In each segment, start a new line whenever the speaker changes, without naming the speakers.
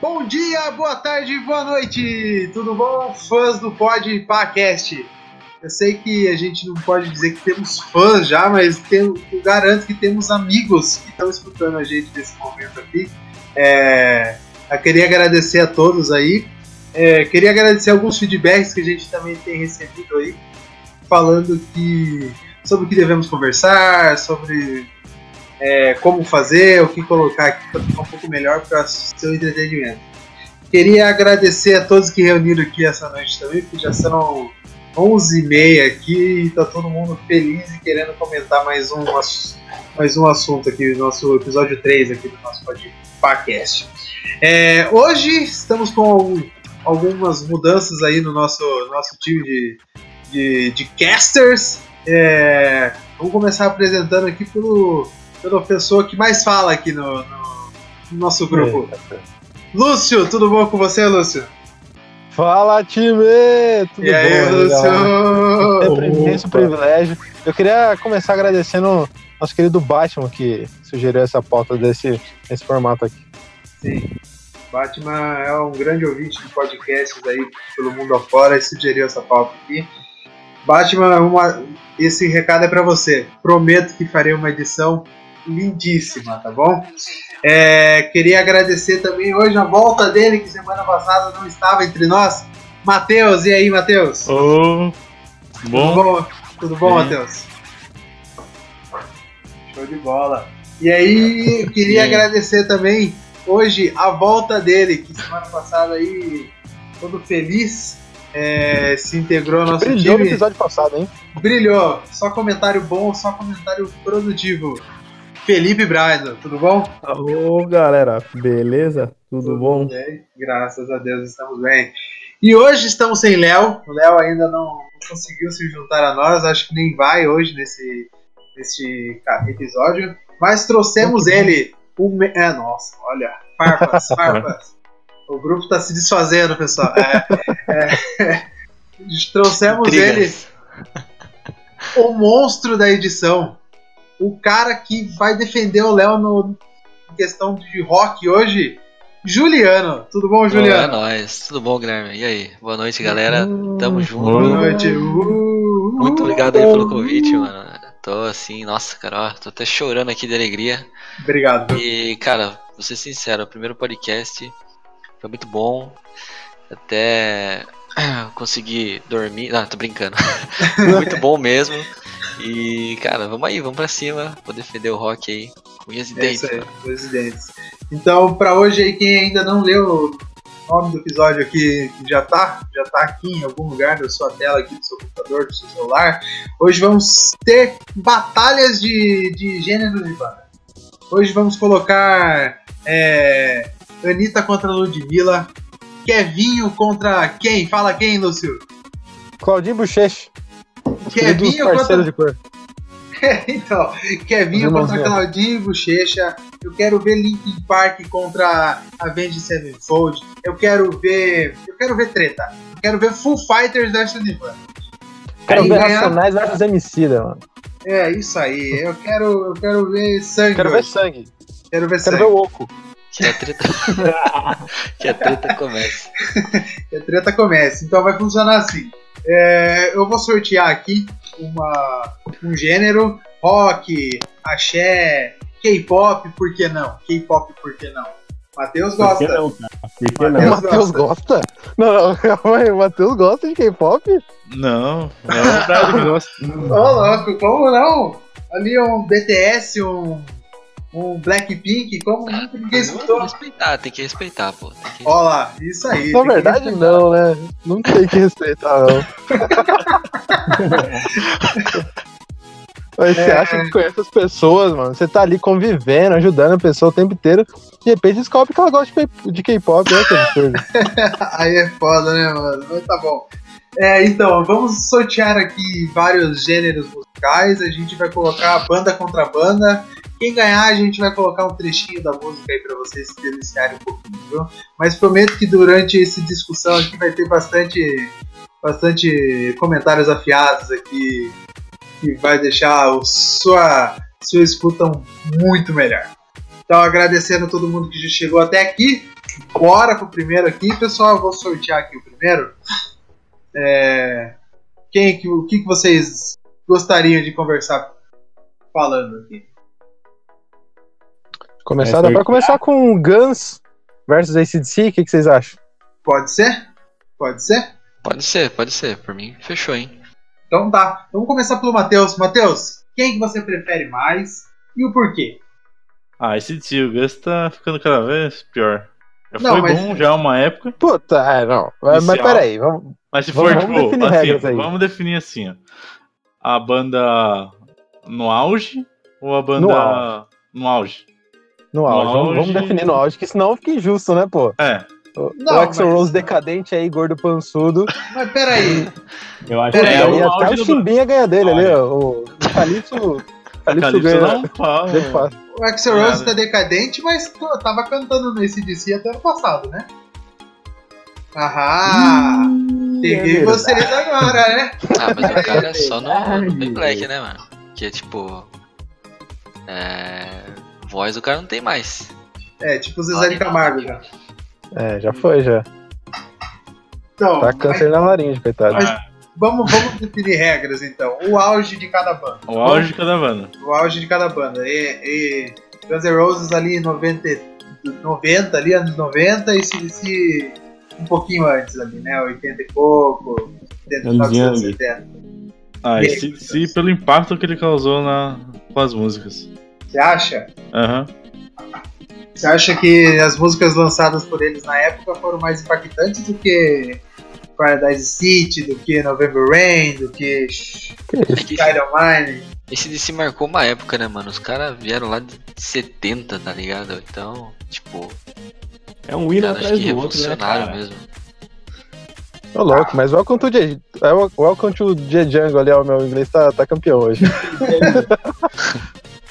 Bom dia, boa tarde, boa noite! Tudo bom, fãs do Pod Podcast? Eu sei que a gente não pode dizer que temos fãs já, mas tem- eu garanto que temos amigos que estão escutando a gente nesse momento aqui. É, eu queria agradecer a todos aí. É, queria agradecer alguns feedbacks que a gente também tem recebido aí, falando que sobre o que devemos conversar, sobre é, como fazer, o que colocar aqui para ficar um pouco melhor para seu entretenimento. Queria agradecer a todos que reuniram aqui essa noite também, porque já são 11h30 aqui e tá todo mundo feliz e querendo comentar mais um, ass- mais um assunto aqui, o nosso episódio 3 aqui do nosso pod- podcast. É, hoje estamos com algum- algumas mudanças aí no nosso, nosso time de, de, de casters. É, vamos começar apresentando aqui pelo, pela pessoa que mais fala aqui no, no- no nosso grupo.
É, tá
Lúcio, tudo bom com você, Lúcio?
Fala, time! Tudo
e aí,
bom? galera?
Lúcio?
Sempre imenso privilégio. Eu queria começar agradecendo nosso querido Batman que sugeriu essa pauta desse, desse formato aqui.
Sim. Batman é um grande ouvinte de podcasts aí pelo mundo afora e sugeriu essa pauta aqui. Batman, é uma- esse recado é pra você. Prometo que farei uma edição lindíssima, tá bom? É, queria agradecer também hoje a volta dele, que semana passada não estava entre nós. Matheus, e aí, Matheus?
Ô,
Tudo
bom,
bom? Tudo bom,
Bem.
Matheus? Show de bola. E aí, eu queria
E aí?
agradecer também hoje a volta dele, que semana passada aí, todo feliz, é, se integrou ao nosso
Brilhou no
time.
episódio passado, hein?
Brilhou. Só comentário bom, só comentário produtivo. Felipe Braida, tudo bom?
Alô, galera, beleza? Tudo bom?
bem? Graças a Deus estamos bem. E hoje estamos sem Léo. O Léo ainda não conseguiu se juntar a nós. Acho que nem vai hoje nesse, nesse ca- episódio. Mas trouxemos ele. O me... é, nossa, olha. Farpas, farpas. O grupo está se desfazendo, pessoal. É, é. Trouxemos ele,
Triggers.
o monstro da edição. O cara que vai defender o Léo no em questão de rock hoje. Juliano. Tudo bom,
É
Juliano?
nóis. Tudo bom, Guilherme? E aí? Boa noite, galera. Tamo junto.
Boa
Boa noite. Uh, uh,
Muito
uh.
obrigado aí pelo convite, mano. Tô assim, nossa, cara, ó, tô até chorando aqui de alegria.
Obrigado.
E, cara, vou ser sincero, o primeiro podcast foi muito bom. Até consegui dormir. Não, tô brincando. muito bom mesmo. E, cara, vamos aí, vamos pra cima. Vou defender o rock aí. Com minhas
É
ideias.
isso aí, dois dentes. Então, pra hoje aí, quem ainda não leu o nome do episódio aqui, que já tá, já tá aqui em algum lugar da sua tela, aqui do seu computador, do seu celular. Hoje vamos ter batalhas de, de gênero de banda. Hoje vamos colocar é, Anitta contra Ludmilla, Kevinho contra quem? Fala quem, Lúcio?
Claudinho Bochecha, querido
Kevinho contra
parceiro de cor.
Então, Kevinho
Vamos
contra
ver.
Claudinho e Bochecha. Eu quero ver Linkin Park contra Avenged Sevenfold. Eu quero ver. Eu quero ver treta. Eu quero ver Full Fighters versus Nirvana.
Quero
Aí
ver
ganhar-
Racionais versus Emicida, mano.
É, isso aí. Eu quero, eu quero ver sangue.
Quero ver
hoje.
sangue.
quero ver
Quero
sangue.
ver o oco.
Que a treta. que a treta comece.
que a treta comece. Então vai funcionar assim. É, eu vou sortear aqui uma, um gênero, rock, axé, K-pop, por que não? K-pop, por que não? Matheus
Por que
gosta.
não, cara? Por que não?
O
Matheus
Matheus gosta? Não, não, calma aí. O Matheus gosta de K-pop?
Não, não é verdade, cara.
Ô, louco, como não? Ali um BTS, um, um Blackpink, como nunca ninguém
Tem que
escutou?
respeitar, tem que respeitar, pô. Tem que
Ó lá, isso aí. tem
Na
que
verdade,
respeitar.
não, né? Não tem que respeitar, não. Mas você
É.
acha que conhece as pessoas, mano? Você tá ali convivendo, ajudando a pessoa o tempo inteiro. De repente descobre que ela gosta de K- de K-pop, né? Que absurdo.
Aí é foda, né, mano? Mas tá bom. É, então, vamos sortear aqui vários gêneros musicais. A gente vai colocar banda contra banda. Quem ganhar, a gente vai colocar um trechinho da música aí pra vocês se deliciarem um pouquinho, viu? Mas prometo que durante essa discussão aqui vai ter bastante, bastante comentários afiados aqui que vai deixar o sua, sua escuta um- muito melhor. Então, agradecendo a todo mundo que já chegou até aqui. Bora pro primeiro aqui, pessoal. Eu vou sortear aqui o primeiro. É, Quem que, o que, que vocês gostariam de conversar falando aqui?
Começar,
É,
dá
foi-
pra começar com Guns versus ACDC, o que, que vocês acham?
Pode ser? Pode ser?
Pode ser, pode ser. Por mim, fechou, hein?
Então tá. Vamos começar pelo Matheus. Matheus, quem que você prefere mais e o porquê?
Ah, esse DC, o Gus tá ficando cada vez pior. Já
Não,
foi
mas-
bom já uma época,
Puta, é, não. Mas, mas
Inicial.
peraí, vamos.
mas se
Vamos-
for,
vamos
tipo,
definir
assim,
regras aí.
vamos definir assim, ó. A banda no auge ou a banda
No
no
auge.
auge?
No auge, vamos, vamos
auge.
definir no auge, que senão fica injusto, né, pô?
É,
O, o
Não,
Axel
mas-
Rose decadente aí, gordo pançudo.
Mas peraí.
Eu acho
Pera
Pô,
aí,
daí
É, o
até
auge
o
do-
Chimbinha ganha dele ali, ó. O o Calypso. o Calypso
Calypso um
ganha.
né?
não fala.
bem fácil.
O Axel Rose
Obrigado.
tá decadente, mas pô, tava cantando no ACDC até ano passado, né? Ahá! Peguei
é
vocês agora, né?
Ah, mas o cara é só no, no Big Black, né, mano? Que é tipo. É. Voz o cara não tem mais.
É, tipo o Zezé de Camargo já.
É, já foi, já.
Então,
Tá
mas
câncer na laringe, coitado.
Mas- vamos, vamos definir regras então. O auge de cada banda.
O auge de cada banda.
O auge de cada banda. E, e Guns N' Roses ali em 90, e- 90 ali, anos 90, e CDC um pouquinho antes ali, né? 80 e pouco, 80 e
Anos
pouco,
Young.
70.
Ah,
Bem,
esse DC pelo impacto que ele causou na, com as músicas.
Você acha?
Aham.
Você acha que as músicas lançadas por eles na época foram mais impactantes do que Paradise City, do que November Rain, do que
É que
Child of Mine?
esse DC marcou uma época, né, mano? Os caras vieram lá de 70, tá ligado? Então, tipo,
É um hino
cara, acho
atrás
que
do outro, né,
revolucionário
cara?
mesmo.
Ô, louco, mas welcome to J. Wel- Welcome to J Django ali, ó. Meu inglês tá, tá campeão hoje.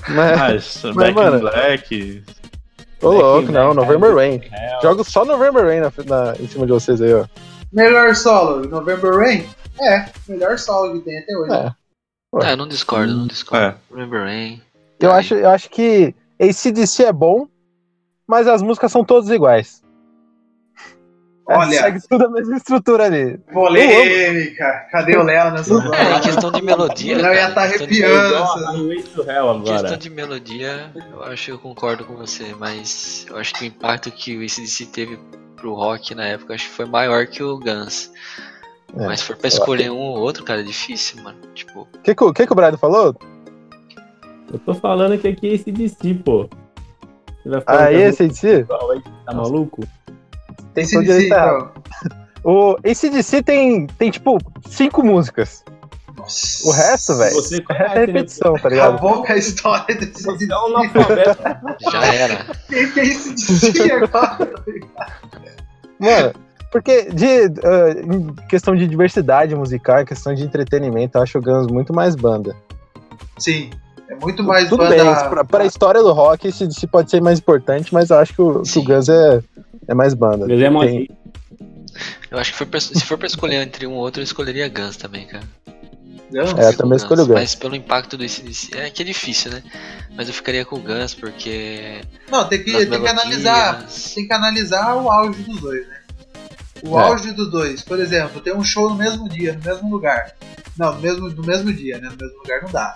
mas,
Ah, é esse
Mas,
Back
mano-
in Black.
ô, louco,
Black,
né?
não.
Black,
November
Black.
Rain.
É.
Jogo só November Rain na, na- em cima de vocês aí, ó.
Melhor solo, November Rain? É, melhor solo que tem até hoje.
É. Pô.
Ah, eu não discordo, não discordo.
É.
Remember Rain.
Eu
Tá
acho, eu acho que ACDC é bom, mas as músicas são todas iguais. É,
Olha.
Segue tudo a mesma estrutura ali.
Polêmica! Cadê o Léo nessa
aí. É, tá em
hora?
questão de melodia.
O Léo
cara,
ia estar
em questão de-
Ah,
arrepiando. Nossa.
Highway to Hell
Em questão
agora.
de melodia, eu acho que eu concordo com você, mas eu acho que o impacto que o ACDC teve pro rock na época acho que foi maior que o Guns.
É,
mas se for pra
acho
escolher um ou outro, cara, é difícil, mano. Tipo,
O que, que, o- que que o Brado falou?
Eu tô falando que aqui é esse DC, pô. Você vai falar
Ah,
que é
ACDC?
musical aí, Tá maluco?
Tem
Esse
todo
DC,
direito a errar.
então.
O ACDC tem, tem, tipo, cinco músicas.
Nossa.
O resto, velho,
Você
o resto é repetição, tá ligado?
Acabou com a história desse
Você
DC.
é um analfabeto.
já era.
Quem que é esse DC agora?
Mano, porque de, ah, em questão de diversidade musical, em questão de entretenimento, eu acho o Guns muito mais banda.
Sim, é muito mais
Tudo
banda...
bem, pra, pra história do rock, esse, esse pode ser mais importante, mas eu acho que o, que o
Sim.
Guns é, é mais banda.
Mas é mó-
Tem-
Eu acho que foi pra- se for pra escolher entre um ou outro, eu escolheria Guns também, cara.
Não,
É, eu também escolho o Guns.
Mas pelo impacto do ACDC, é que é difícil, né? Mas eu ficaria com o Guns porque.
Não, tem que,
das
tem que analisar.
melodias-
Tem que analisar o auge dos dois, né? O
É.
auge dos dois, por exemplo, tem um show no mesmo dia, no mesmo lugar. Não, no mesmo, no mesmo dia, né? No mesmo lugar não dá.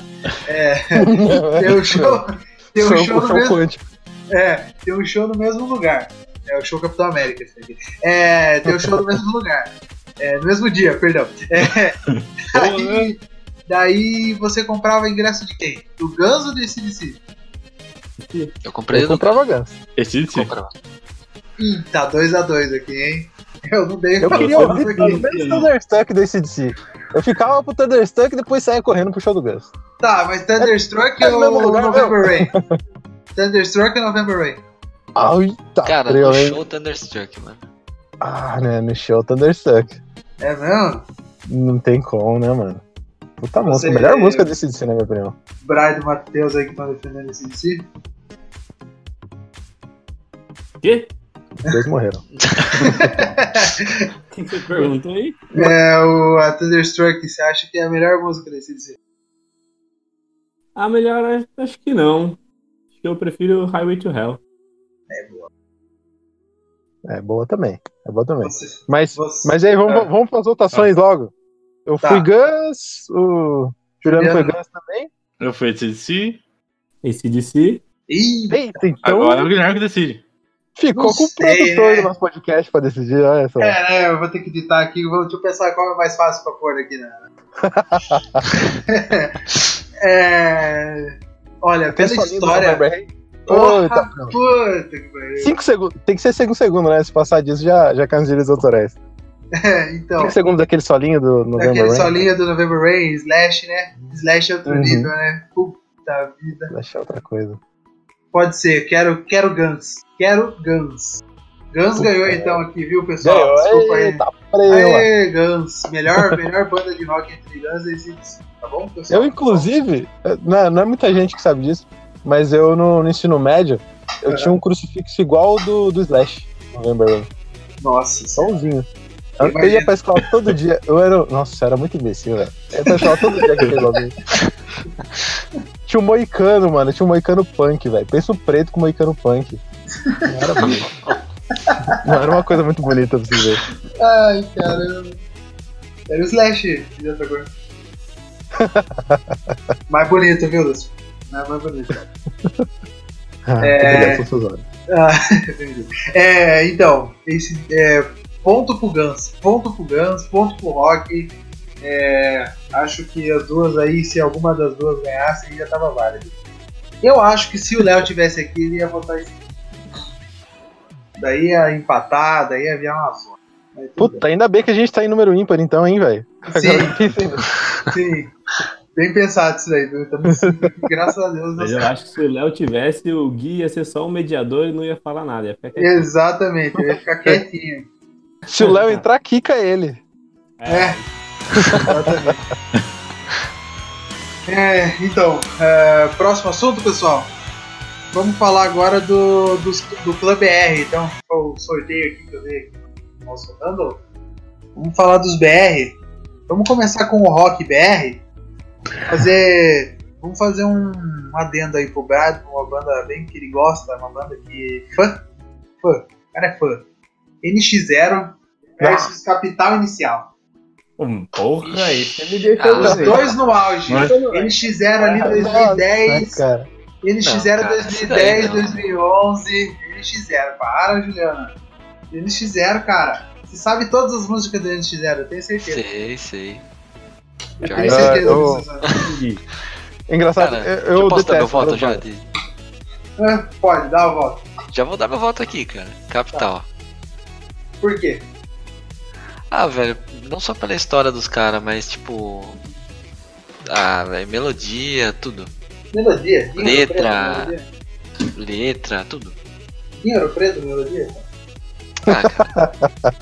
Tem um show, tem um
É. Show-
show no
show
mesmo,
quântico.
é, tem um show no mesmo lugar. É o show Capitão América, isso aqui. É, tem um show no mesmo lugar. É, no mesmo dia, perdão. É, daí, daí você comprava ingresso de quem? Do Guns ou do ACDC?
Eu comprei
Eu
no
comprava Guns.
Esse DC.
comprava.
Ih, tá 2x2 aqui, hein? Eu não dei
Eu
pra
queria
falar
ouvir
aqui.
pelo menos o Thunderstruck do ACDC. Eu ficava pro Thunderstruck e depois saía correndo pro show do Guns.
Tá, mas Thunderstruck
É
é,
do
o
mesmo lugar,
November Rain. Thunderstruck é November Rain. Ah,
Ai, tá
Cara,
frio,
no
hein?
show Thunderstruck, mano.
Ah, né, no show Thunderstruck.
É mesmo?
Não tem como, né, mano? Puta
Você-
música,
é-
a melhor música desse disco, na minha opinião.
Brian Matheus aí que tá defendendo esse DC.
Quê?
Os dois morreram.
O que você perguntou então aí?
É, o, a Thunderstruck, você acha que é a melhor música desse DC?
Ah, melhor acho- acho que não. Acho que eu prefiro Highway to Hell.
É boa também. É boa também.
Você-
Mas,
você-
mas aí, vamos,
Ah.
vamos pras votações logo. Eu
Tá.
fui Guns, o Juliano foi
Juliano.
Guns também.
Eu fui ACDC,
ACDC,
Ih,
Eita, então
agora é o Guilherme que decide.
ficou
não
com o
sei,
produtor
né?
do nosso podcast pra decidir, olha só.
é, né, eu vou ter que editar aqui. Vou, deixa eu pensar qual é mais fácil pra pôr aqui, né? é, olha, pela
Pessoal lindo,
história.
Robert Hay.
Porra,
Ô, tá pronto.
Puta que pariu.
Cinco segundos. Tem que ser segundo segundo, né? Se passar disso, já, já caiu os direitos autorais.
É, então.
Cinco segundos daquele solinho do November
Daquele
Rain.
solinho do November Rain, Slash, né? Slash é outro
Uhum.
nível, né? Puta vida.
Deixa outra coisa.
Pode ser, quero, quero Guns. Quero Guns. Guns ganhou então aqui, viu, pessoal?
Ganhou.
Desculpa aí.
Eita, prela.
Aê, Guns. Melhor, melhor banda de rock entre Guns e Zips. Tá bom, pessoal?
Eu, inclusive, não, não é muita gente que sabe disso, mas eu no, no ensino médio, eu tinha um crucifixo igual ao do, do Slash, November Rain.
Nossa, é só
Igualzinho. Eu, eu
Imagina.
ia pra escola todo dia. Eu era. Nossa, eu era muito imbecil, velho. Eu ia pra escola todo dia com aquele bagulho. Tinha um moicano, mano. Tinha um moicano punk, velho. Pensa o preto com moicano punk. Não era bonito. Não era uma coisa muito bonita pra você ver.
Ai, caramba. Era o Slash de outra cor. mais bonito, viu, Lúcio? Mais, mais bonito.
Ah,
É.
obrigado, sou Suzano.
Ah, entendi. é, então, esse, é, ponto pro Guns, ponto pro Guns, ponto pro Rock. É, acho que as duas aí, se alguma das duas ganhasse, já tava válido. Eu acho que se o Léo tivesse aqui, ele ia votar esse. Daí ia empatar, daí ia virar uma zona. Mas tudo
Puta, ainda bem que a gente tá em número ímpar, então, hein, velho.
bem. Sim, sim. Bem pensado isso daí, viu? Estamos- graças a Deus. nós-
eu acho que se o Léo tivesse, o Gui ia ser só o mediador e não ia falar nada. Ia ficar quietinho.
Exatamente, eu ia ficar quietinho.
Se o Léo entrar, quica ele.
É. Exatamente. É, então, é, próximo assunto, pessoal. Vamos falar agora do, do, do Clube BR. Então, o sorteio aqui que eu dei aqui no nosso handle. Vamos falar dos BR. Vamos começar com o Rock BR. Fazer. Vamos fazer um, um adendo aí pro Brad, uma banda bem que ele gosta, uma banda que. é Fã? Fã. O cara é fã. NX0 versus Capital Inicial.
Hum, porra, aí você me deixou
Ah,
Os
doido.
dois no auge.
Mas-
NX0 ali
É
Nossa,
2010.
cara.
NX0
Não, cara, isso
2010,
daí não.
2011. NX0. Para, Juliana. NX0, cara. Você sabe todas as músicas do NX0, eu tenho certeza.
Sei, sei.
Eu
Já
Tenho
Ah,
certeza.
eu-
disso, sabe?
Gui.
Engraçado,
Cara,
É, eu,
eu
eu
posso dar meu
detesto.
voto já?
Bruno.
Ah, Pode, dá a volta.
Já vou dar meu voto aqui, cara. Capital.
Por quê?
Ah, velho, não só pela história dos caras, mas tipo. Ah, velho, melodia, tudo.
Melodia. Dinheiro
Letra.
Preto, melodia.
Letra, tudo.
Dinheiro preto, melodia.
Ah, cara,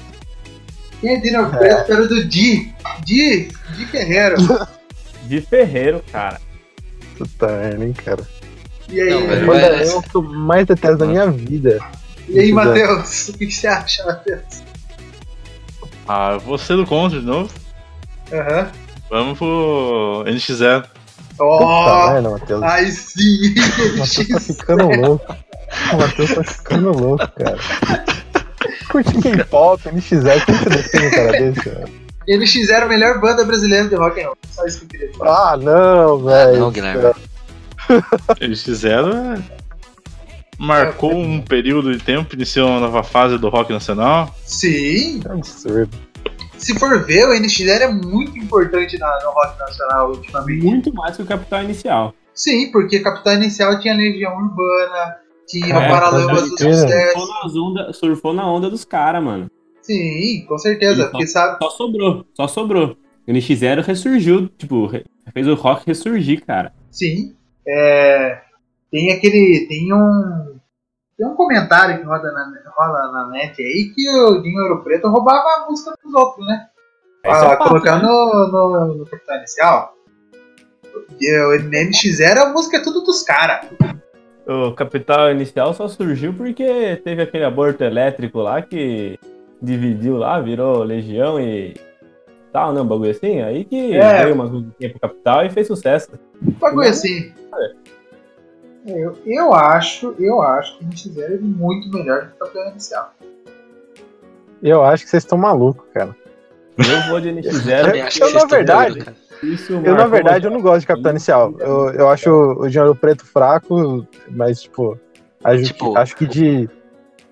Quem é Dinheiro preto? Era do Di. Di. Di Ferreiro.
De Ferreiro, cara.
Puta é, merda, hein, cara.
E aí,
Não, velho.
Banda
Mas-
é o que eu mais detesto da minha vida.
e aí Matheus? O que você acha, Matheus?
Ah, eu vou ser do contra de novo.
Aham.
Vamos pro NX0.
Ó,
Puta merda, Matheus.
Aí sim,
O Matheus tá ficando louco. O Matheus tá ficando louco, cara. Curte K-pop, NX0, como você define um cara desse? cara?
eles fizeram a melhor banda brasileira de rock and roll. Só isso que eu queria dizer.
Ah, não, velho.
não, Guilherme.
NX0 é... Marcou um período de tempo, iniciou uma nova fase do rock nacional.
Sim,
Que é um absurdo.
se for ver, o NX0 é muito importante na- no rock nacional ultimamente.
Muito mais que o Capital Inicial.
Sim, porque Capital Inicial tinha Legião Urbana, tinha o
É,
Paralamas
pode
dos
crer.
Sucessos.
Surfou, nas onda, surfou na onda dos caras, mano.
Sim, com certeza,
Então.
porque sabe.
Só sobrou, só sobrou. O NX0 ressurgiu, tipo, re- fez o rock ressurgir, cara.
Sim, é, tem aquele. Tem um. Tem um comentário que roda na, rola na net aí que o Dinho Ouro Preto roubava a música dos outros, né?
Esse é
Ah,
o fato,
colocar
né?
no, no, no capital inicial. Porque o NX0, a música é tudo dos caras.
O Capital Inicial só surgiu porque teve aquele aborto elétrico lá que dividiu lá, virou Legião e tal, né? Um bagulho assim. Aí que
É.
assim veio umas musiquinhas pro Capital e fez sucesso.
Um bagulho
Não.
assim. Eu, eu acho, eu acho que o NX0 é muito melhor do que o campeão inicial.
Eu acho que vocês estão malucos, cara.
Eu vou de
É,
Também
NX0.
acho que
eu,
vocês
na
estão
verdade,
doido, cara.
Isso
Eu, na
marcou
verdade, eu não gosto de Capitão Inicial.
é né?
Eu, eu acho o Dinheiro Preto fraco, mas, tipo, acho,
Tipo,
que, acho que de.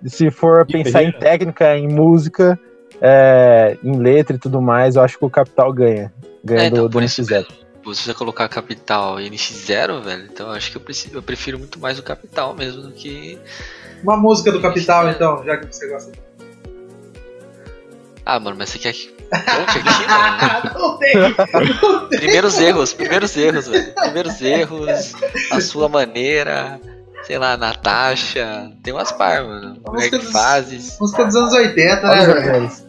Se for
de
pensar em
carreira.
técnica, em música, é, em letra e tudo mais, eu acho que o Capital ganha. Ganha
É,
do,
então,
do
por isso
NX0.
Pô, se você colocar capital e NX0, velho, então eu acho que eu, preciso, eu prefiro muito mais o capital mesmo do que.
Uma música do Capital, então, já que você gosta.
Ah, mano, mas você quer que. Conte aqui, mano?
Ah, não tem! Não tem!
Primeiros erros, primeiros erros, velho. Primeiros erros, a sua maneira, sei lá, Natasha. Tem umas par, mano.
A
Moleque
música
que
dos-
fases.
Música dos anos 80,
Olha os
né? velho?
Rogério.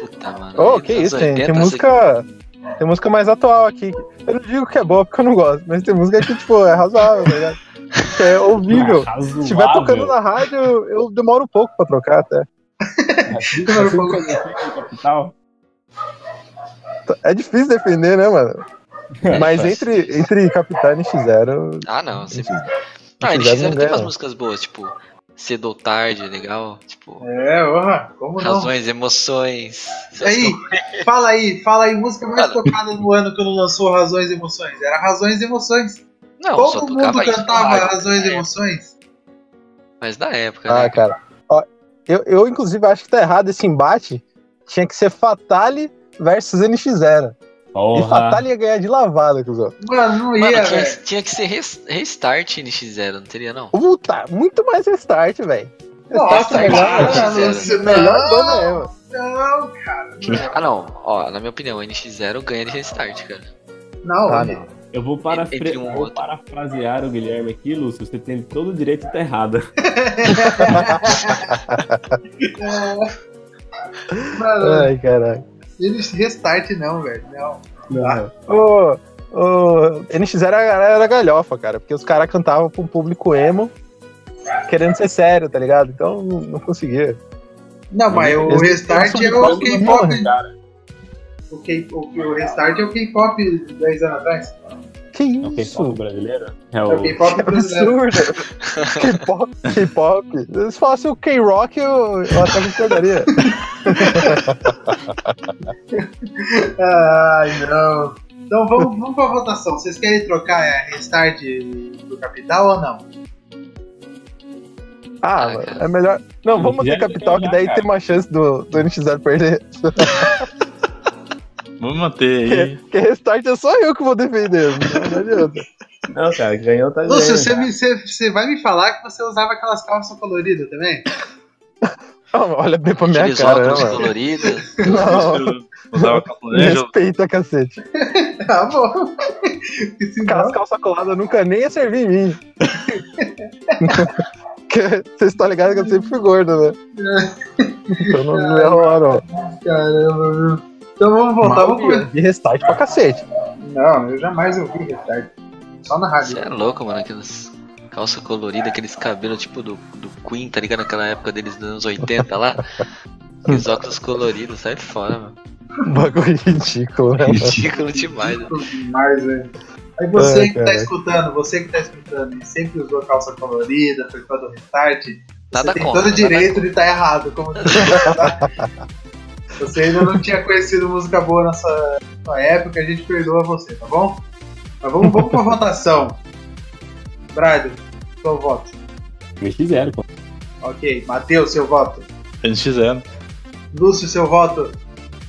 Puta, mano.
Oh,
Aí,
que
é. nos
isso, tem,
anos
tem
80,
música. Tem música mais atual aqui. Eu não digo que é boa porque eu não gosto, mas tem música que, tipo, é razoável, tá ligado? Que é ouvível.
Razoável.
Se estiver tocando na rádio, eu- eu demoro um pouco pra trocar até.
Assim
um
um
como eu fico no capital.
É difícil defender, né, mano? Mas entre, entre Capitão e X0.
Ah, não. Você...
Não
Ah,
fizeram,
eles
não
fizeram tem umas
ganharam.
músicas boas, tipo, cedo ou tarde, legal. Tipo,
É, orra, como não?
razões, emoções.
Aí, fala aí, fala aí, música mais tocada no ano quando lançou Razões e Emoções. Era Razões e Emoções.
Não, só
Todo mundo
tocava isso no
cantava
rádio,
Razões e
né?
Emoções.
Mas na época,
Ah,
né?
cara. Ó, eu, eu, inclusive, acho que tá errado esse embate. Tinha que ser Fatale versus NX0. E
Porra.
Fatale ia ganhar de lavada, cuzão.
Mano, não
Mano,
ia,
tinha,
velho.
tinha que ser res- restart NX0, não teria não?
Puta, muito mais um restart, velho.
Nossa,
Restart,
cara,
Restart,
Lúcio,
Melhor do
não,
ano.
não,
Ah não, ó, na minha opinião, NX0 ganha de restart, cara.
não.
Ah, não.
Eu vou, parafra-
Entre um
vou
outro.
parafrasear o Guilherme aqui, Lúcio. Você tem todo o direito de estar errado.
Mano,
Ai, caralho.
eles restart não, velho. Não.
O, o NX0 era, era galhofa, cara. Porque os caras cantavam pra um público emo. Querendo ser sério, tá ligado? Então não não conseguia.
Não, mas o
Eles-
restart
eles
é
são
o
de palco, não
K-pop.
morrem,
O, K- o- o restart é o K-pop de 10 anos atrás.
Que
É o
isso?
K-pop brasileiro? É
É o
Tá
o...
K-pop brasileiro.
absurdo. K-pop, K-pop. Se falasse o K-rock, eu, eu até concordaria.
Ai, não. Então vamos, vamos pra votação. Vocês querem trocar é, restart do Capital ou não?
Ah,
Ah, cara.
é melhor. Não, vamos manter
Zero é
Capital, que
melhor,
daí
cara.
tem uma chance do, do NX0 perder.
Vamos manter aí.
Porque restart é só eu que vou defender. Não não adianta.
Não, cara, ganhou tá ganhando.
Lúcio, você,
cara.
me- você- você vai me falar que você usava aquelas calças coloridas também?
Não, olha bem pra minha
Aqueles
cara,
óculos
né, mano?
coloridos.
Não,
Usava caponeja.
respeita, cacete.
Tá bom. Porque senão-
Aquelas calças coladas nunca nem ia servir em mim. Porque Vocês estão ligados que eu sempre fui gordo, né? Então não, não ia rolar, não.
Caramba, viu? Então vamos voltar. Vamos começar.
E restart pra cacete.
Não, eu jamais ouvi restart. Só na rádio.
Você é louco, mano, aquelas calça colorida, aqueles cabelos tipo do, do Queen, tá ligado? Naquela época deles dos anos 80 lá. Aqueles óculos coloridos, sai fora, mano.
Um bagulho ridículo, né?
Ridículo demais, né? mano.
Demais, velho. Aí você
Ai,
que tá
cara.
escutando, você que tá escutando e sempre usou calça colorida, foi fã do restart,
Nada
você tem
contra.
todo o
nada
direito de estar errado. Como tu disse, tá? você ainda não tinha conhecido música boa na sua, sua época, a gente perdoa você, tá bom? Mas vamos, vamos pra votação. Brado, seu voto.
NX0, pô.
Ok. Matheus, seu voto.
NX0.
Lúcio, seu voto.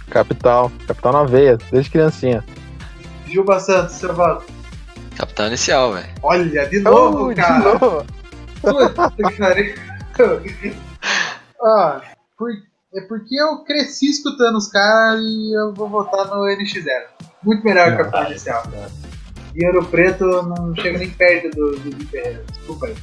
Capital. Capital na veia, desde criancinha.
Juba Santos, seu voto.
contra. Capital inicial, velho.
Olha, de novo,
Uh,
cara.
de novo.
Puta que pariu. Ah, por- é porque eu cresci escutando os caras e eu vou votar no NX0. Muito melhor que o Capitão Inicial. E Ouro Preto não chega nem perto do, do Gui Ferreira. Desculpa aí.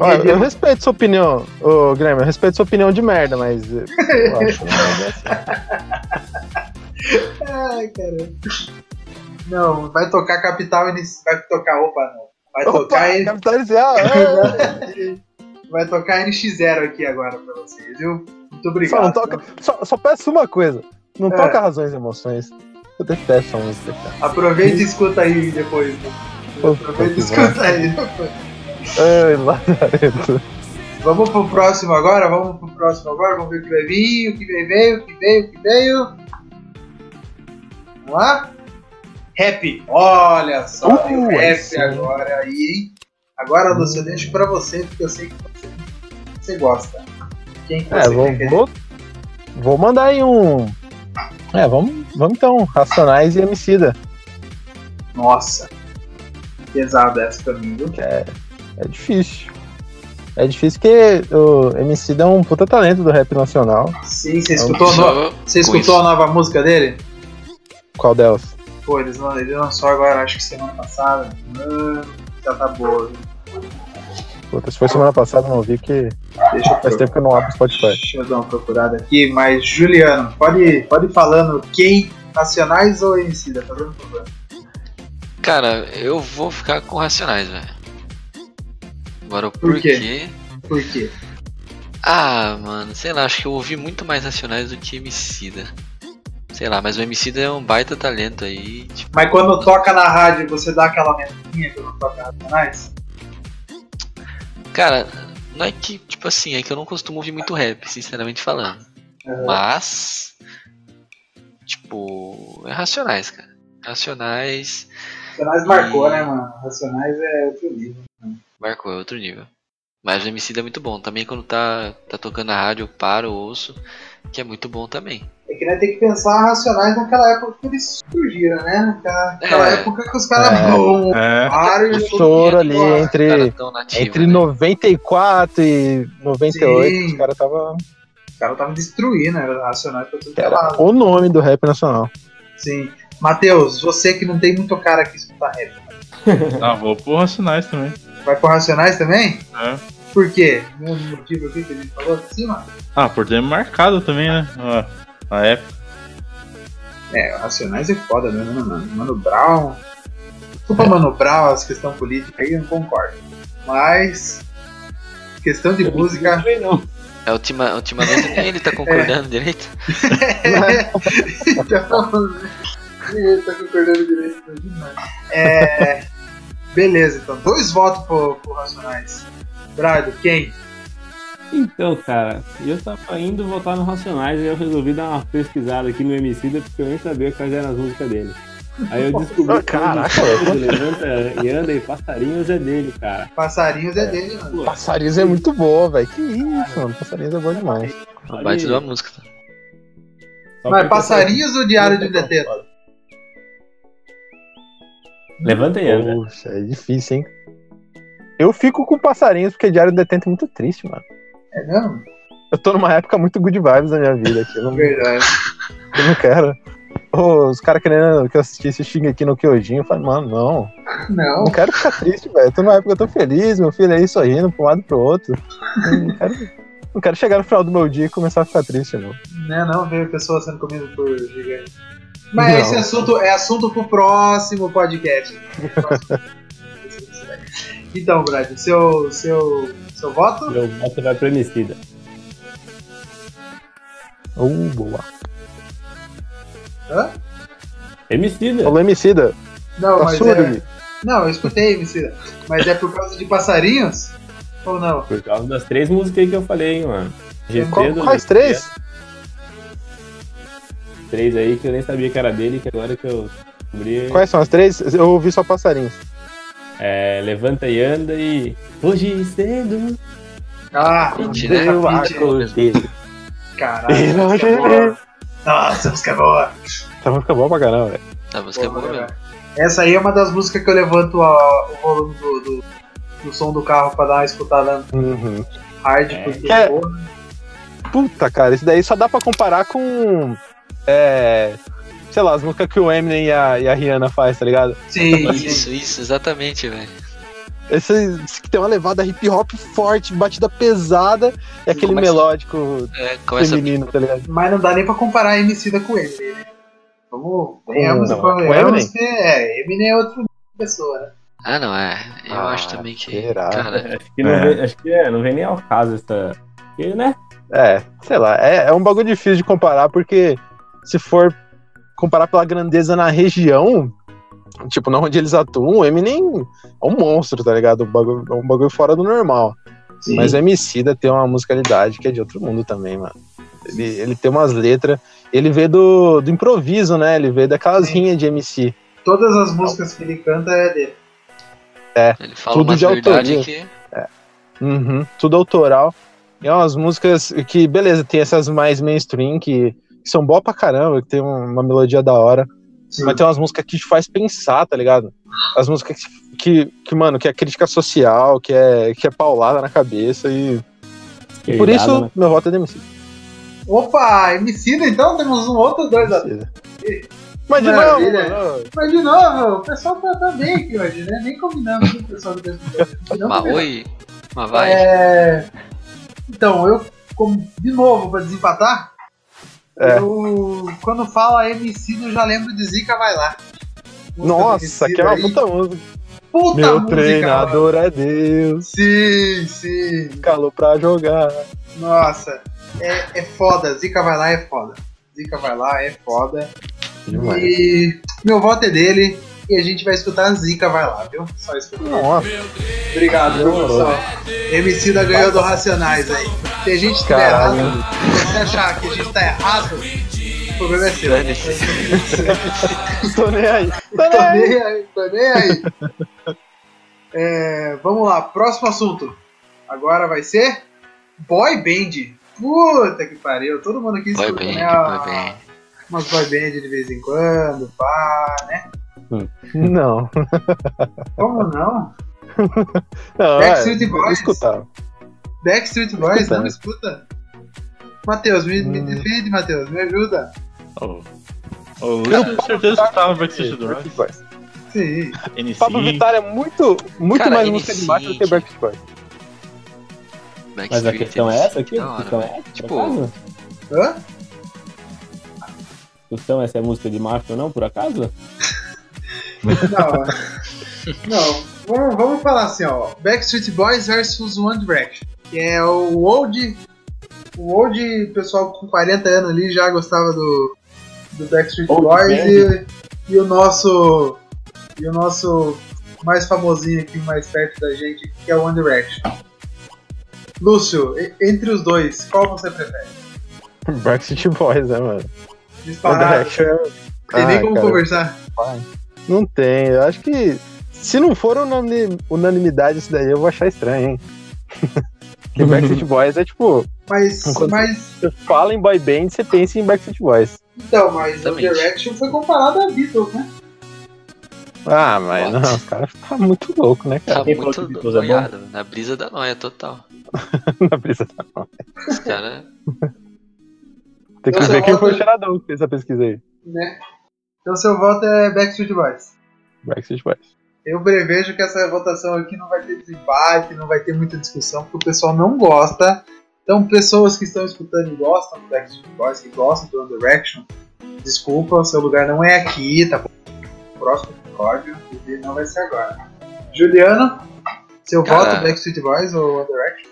Ó, eu respeito sua opinião, ô Grêmio, eu respeito sua opinião de merda, mas. eh, Eu acho, é assim.
Ai, caramba. Não, vai tocar Capital Inicial. Vai tocar, opa, não. Vai tocar,
Opa,
N-
capitalizar! é.
vai tocar NX0 aqui agora pra vocês, viu? Muito obrigado.
Só, não toca, só, só peço uma coisa: não
É.
um toca razões e emoções. Eu detesto essa música, cara.
Aproveita e escuta aí depois do, do
Pô,
Foi descontraído.
Ai, Lazarento.
Vamos pro próximo agora, vamos pro próximo agora, vamos ver o que vai vir, o que vai- veio, o que veio, o que veio. Vamos lá? Rap, olha só,
Uh,
tem o
aí
rap
sim. Uh.
agora aí, hein? Agora, Lúcio, eu deixo pra você, porque eu sei que você, você gosta. Quem que
É,
você
vou,
quer?
vou, vou mandar aí um. É, vamos, vamos então. Racionais e Emicida.
Nossa, pesada essa pra mim, viu?
É difícil. É difícil porque o Emicida é um puta talento do rap nacional.
Sim, você
Vamos
escutou, a no-
Só
você
com
escutou
isso.
a nova música dele?
Qual delas?
Pô, eles lan- ele lançou agora, acho que semana passada. Mano, já tá boa. viu?
Puta, se foi semana passada, não ouvi que
Deixa eu
faz tempo que eu não abro o Spotify.
Deixa eu dar uma procurada aqui, mas Juliano, pode, pode ir falando quem, Nacionais ou MC, tá fazendo favor?
Cara, eu vou ficar com Racionais, velho. Agora o
Por quê?
porquê.
Por quê?
Ah, mano, sei lá, acho que eu ouvi muito mais Racionais do que Emicida. Sei lá, mas o Emicida é um baita talento aí. Tipo,
Mas quando toca na rádio, você dá aquela aumentadinha quando toca Racionais?
cara, não é que, tipo assim, é que eu não costumo ouvir muito rap, sinceramente falando. Mas, tipo, é Racionais, cara. Racionais
Racionais marcou, né, mano? Racionais é outro nível.
marcou, é outro nível. Mas o Emicida é muito bom. Também quando tá, tá tocando na rádio, eu paro, ouço, que é muito bom também.
É que nós tem que pensar Racionais naquela época que eles surgiram, né? Naquela, naquela
É.
época que os caras
É.
vão
É.
para
Todo
e
estouro
mundo
ali
agora,
entre-
cara, tão nativo,
Entre
né?
94 e 98,
Sim.
os caras tava.
os caras estavam destruindo, era Racionais pra tudo que era
Era
lado.
o nome do rap nacional.
Sim. Matheus, você que não tem muito cara que escuta rap,
Ah, vou por Racionais também.
vai pro Racionais também?
É.
Por quê? O mesmo motivo aqui que a gente falou de cima?
Ah, por ter me marcado também, né? Ah, Na época.
É, Racionais é foda mesmo, né, mano? Mano Brown. Desculpa, Mano Brown, as questões políticas aí eu não concordo. Mas. Questão de música.
Também não.
É, ultima, ultimamente nem ele tá concordando direito.
então. Ih, tá concordando direito com demais. É. Beleza, então. Dois votos pro, pro Racionais. Brado, quem?
Então, cara, eu tava indo votar no Racionais e eu resolvi dar uma pesquisada aqui no Emicida porque eu nem sabia quais eram as músicas dele. Aí eu descobri que
Caraca.
o Emicida levanta e anda e passarinhos é dele, cara.
Passarinhos é dele, mano.
Pô,
Passarinhos é muito boa, velho. Que isso, mano. Passarinhos é boa demais.
olha
Vai te
aí.
dar um- uma música. tá?
Só
Mas
porque-
passarinhos ou diário de um detento?
Levanta e anda.
Poxa, é difícil, hein? Eu fico com passarinhos, porque Diário do Detento é muito triste, mano.
É mesmo?
Eu tô numa época muito good vibes da minha vida aqui. Eu não,
Verdade.
eu não quero. Ô, os caras querendo que eu assistisse Xing aqui no Kyojin, eu falei, mano, não.
Não.
Não quero ficar triste, velho. Eu tô numa época tão feliz, meu filho aí sorrindo pra um lado e pro outro. Eu Não quero, não quero chegar no final do meu dia e começar a ficar triste, não.
Né, não ver pessoas sendo comidas por gigantes. Mas
Não.
esse assunto é assunto pro próximo podcast. então, Brad, seu, seu, seu voto?
Meu voto vai pro Emicida.
Uh, boa.
Hã?
Emicida.
Ô, Lemicida,
Não,
tá
mas
surdo,
é...
Mi?
Não, eu escutei, Messina. Mas é por causa de passarinhos? Ou não?
Por causa das três músicas aí que eu falei, hein, mano. GT
Qual-
do
Quais
Emicida,
É,
três?
Três aí que eu nem sabia que era dele, que agora que eu descobri.
Quais são as três? Eu ouvi só passarinhos.
É, levanta e anda e. Hoje cedo.
Ah,
Mentira, é
Deu
rapidinho,
a
é mesmo.
caralho. essa música é boa. Nossa, essa música é boa.
Essa música boa pra caramba, velho.
Tá, a música é boa mesmo.
Essa aí é uma das músicas que eu levanto a- o volume do, do, do som do carro pra dar uma escutada
Uhum.
hard.
É.
Porque,
É.
porra,
Puta, cara, isso daí só dá pra comparar com. É. Sei lá, as músicas que o Eminem e a, e a Rihanna faz, tá ligado?
Sim, sim.
Isso, isso, exatamente, velho.
Esses que tem uma levada hip hop forte, batida pesada, e aquele
Começa-
melódico
É, começa
feminino, tá ligado?
Mas não dá nem pra comparar a Emicida com Eminem, né? Vamos, venhamos e
não, é com
convenhamos que é, Eminem é outro pessoa, né?
Ah, não, é. Eu
Ah,
acho também que.
será?
Cara,
Acho que, não
É.
Vem, acho que é, não vem nem ao caso essa. Porque, né?
É, sei lá, é, é um bagulho difícil de comparar, porque se for comparar pela grandeza na região, Tipo, não onde eles atuam, o Eminem é um monstro, tá ligado? Um bagulho, um bagulho fora do normal.
Sim.
Mas o Emicida tem uma musicalidade que é de outro mundo também, mano. Ele, ele tem umas letras. Ele veio do, do improviso, né? Ele veio daquelas
Sim.
rinhas de MC.
Todas as músicas que ele canta é dele.
Ele fala
Tudo
uma
de
verdade
autoria.
que.
Uhum, tudo autoral. E é umas músicas que, beleza, tem essas mais mainstream que, que são boas pra caramba, que tem um- uma melodia da hora.
Sim.
Mas tem umas músicas que te faz pensar, tá ligado? As músicas que, que, que, mano, que é crítica social, que é, que é paulada na cabeça e.
Que
por
irado,
isso,
né?
meu voto é demitido.
Opa, Emicida, então temos um outro dois. a-
Mas de novo,
Maravilha.
mano.
Mas de novo, o pessoal tá, tá bem aqui hoje, né? Nem combinamos com o pessoal do mesmo tempo. Não
Uma
combinamos.
oi, uma vai.
É, Então, eu, como- de novo, pra desempatar,
É.
eu, quando fala MC, eu já lembro de Zica Vai Lá. Música do
Nossa,
Emicida
que é uma
aí.
puta música.
Puta música,
Meu
mano.
treinador é Deus,
Sim, sim.
calou pra jogar.
Nossa, é, é foda. Zica Vai Lá é foda. Zica Vai Lá é foda.
Demais.
E meu voto é dele. E a gente vai escutar Zica Vai Lá, viu? Só escutar.
Nossa,
É. Obrigado, viu, pessoal. MC da ganhou do Racionais aí. Se a gente tiver errado,
Caralho.
se você achar que a gente tá errado, o problema é seu.
tô nem aí. Tô
Tô
nem aí.
nem aí, tô nem aí. É, vamos lá, próximo assunto. Agora vai ser Boy Band. Puta que pariu, todo mundo aqui
Boy
escuta,
band,
né? a-
boy band.
Umas boy band de vez em quando, pá.
Não.
Como não?
Não,
Backstreet
é,
Boys.
escutar.
Backstreet Boys,
né?
Escutando.
não escuta? Matheus, me, me
Hum.
defende, Matheus, me ajuda.
Ô, ô, Luiz, com certeza que tava Backstreet Boys.
Backstreet Boys.
Sim.
Pablo
NSYNC.
Vittar é muito, muito
Cara,
mais
ele
música de
sim,
baixo do que Backstreet Boys.
Mas a
Backstreet,
questão é
eles-
essa aqui?
da
A
hora,
questão é
velho.
essa?
Tipo,
Por acaso?
Hã?
A questão é se é música de máfia ou não, por acaso?
Não, não. Vamos, vamos falar assim, ó. Backstreet Boys versus One Direction. Que é o old... O old pessoal com 40 anos ali já gostava do, do Backstreet
Old
Boys e, e o nosso... E o nosso mais famosinho aqui, mais perto da gente, que é o One Direction. Lúcio, e- entre os dois, qual você prefere?
Backstreet Boys, né, mano? One
Disparado.
Direction é-
Tem nem
Ah,
como
cara.
conversar.
Não tem. Eu acho que se não for unani- unanimidade isso daí, eu vou achar estranho, hein? Porque Backstreet Boys é tipo,
Mas,
Enquanto-
mas
você fala em boy band, você pensa em Backstreet Boys.
então, mas One
Exatamente.
Direction foi comparado a Beatles, né?
Ah, mas
What?
não, os caras tá muito louco, né, cara?
Tá
Quem falou
muito
que Beatles é bom?
noiado, na brisa da noia total.
Na brisa.
Os caras.
Tem que
Eu
ver
só
quem
voto-
foi o cheiradão que fez essa pesquisa aí.
né? Então seu voto é Backstreet Boys.
Backstreet Boys.
Eu prevejo que essa votação aqui não vai ter desempate, não vai ter muita discussão, porque o pessoal não gosta. Então pessoas que estão escutando e gostam do Backstreet Boys, que gostam do One Direction, desculpa, o seu lugar não é aqui, tá bom? Próximo episódio, e não vai ser agora. Juliano, seu
Cara.
voto é Backstreet Boys ou One Direction?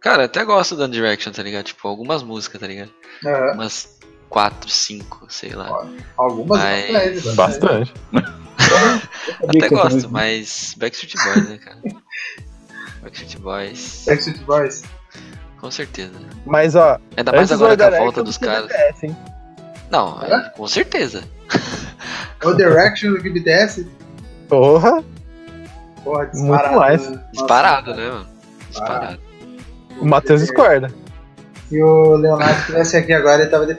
Cara, eu até gosto do One Direction, tá ligado? Tipo, algumas músicas, tá ligado?
Aham.
Umas 4, 5, sei lá.
Algumas
Mas-
bastante,
Bastante.
Até gosto, mas Backstreet Boys, né, cara? Backstreet Boys,
Backstreet Boys.
com certeza.
Mas, ó,
Ainda Tá mais
Antes
agora
do
com a
é Direction, né?
volta dos
você
caras.
merece, hein?
Não,
É?
com certeza.
One Direction do que BTS?
Porra!
Porra, disparado.
mais.
né? Nossa.
Disparado, né, mano? Disparado.
O Matheus discorda.
Se o Leonardo estivesse aqui agora, ele tava de...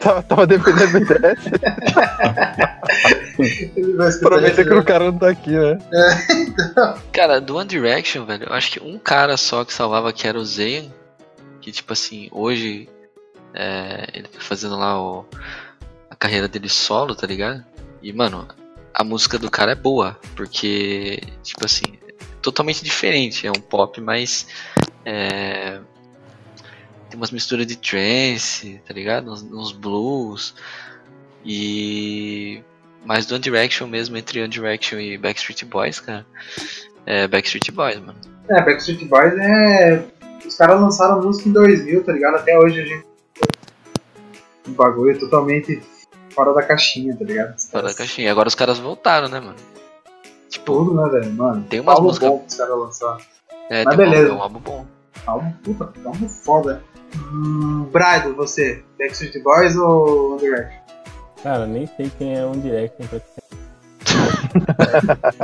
Tava, tava defendendo o BTS.
Ele vai escutar
Aproveita
esse
que o
jogo.
cara não tá aqui, né?
Cara, do One Direction, velho, eu acho que um cara só que salvava que era o Zayn. Que, tipo assim, hoje é, ele tá fazendo lá o, a carreira dele solo, tá ligado? E, mano, a música do cara é boa, porque, tipo assim, é totalmente diferente. É um pop, mas é, tem umas misturas de trance, tá ligado? Uns, uns blues. E. Mas do One Direction mesmo, entre One Direction e Backstreet Boys, cara. É Backstreet Boys, mano.
É, Backstreet Boys é... Os caras lançaram música em 2000, tá ligado? Até hoje a gente... Um bagulho totalmente fora da caixinha, tá ligado? Os
Fora da
caras-
caixinha. E agora os caras voltaram, né, mano? Tipo,
Tudo, né, velho? Mano,
Tem umas
álbum
músicas-
bom que os caras lançaram.
é,
mas
tem um,
beleza.
álbum- é um álbum bom.
Álbum, puta, que álbum foda. Hum, Braido, você, Backstreet Boys ou Underground?
Cara, nem sei quem é um Direction. pra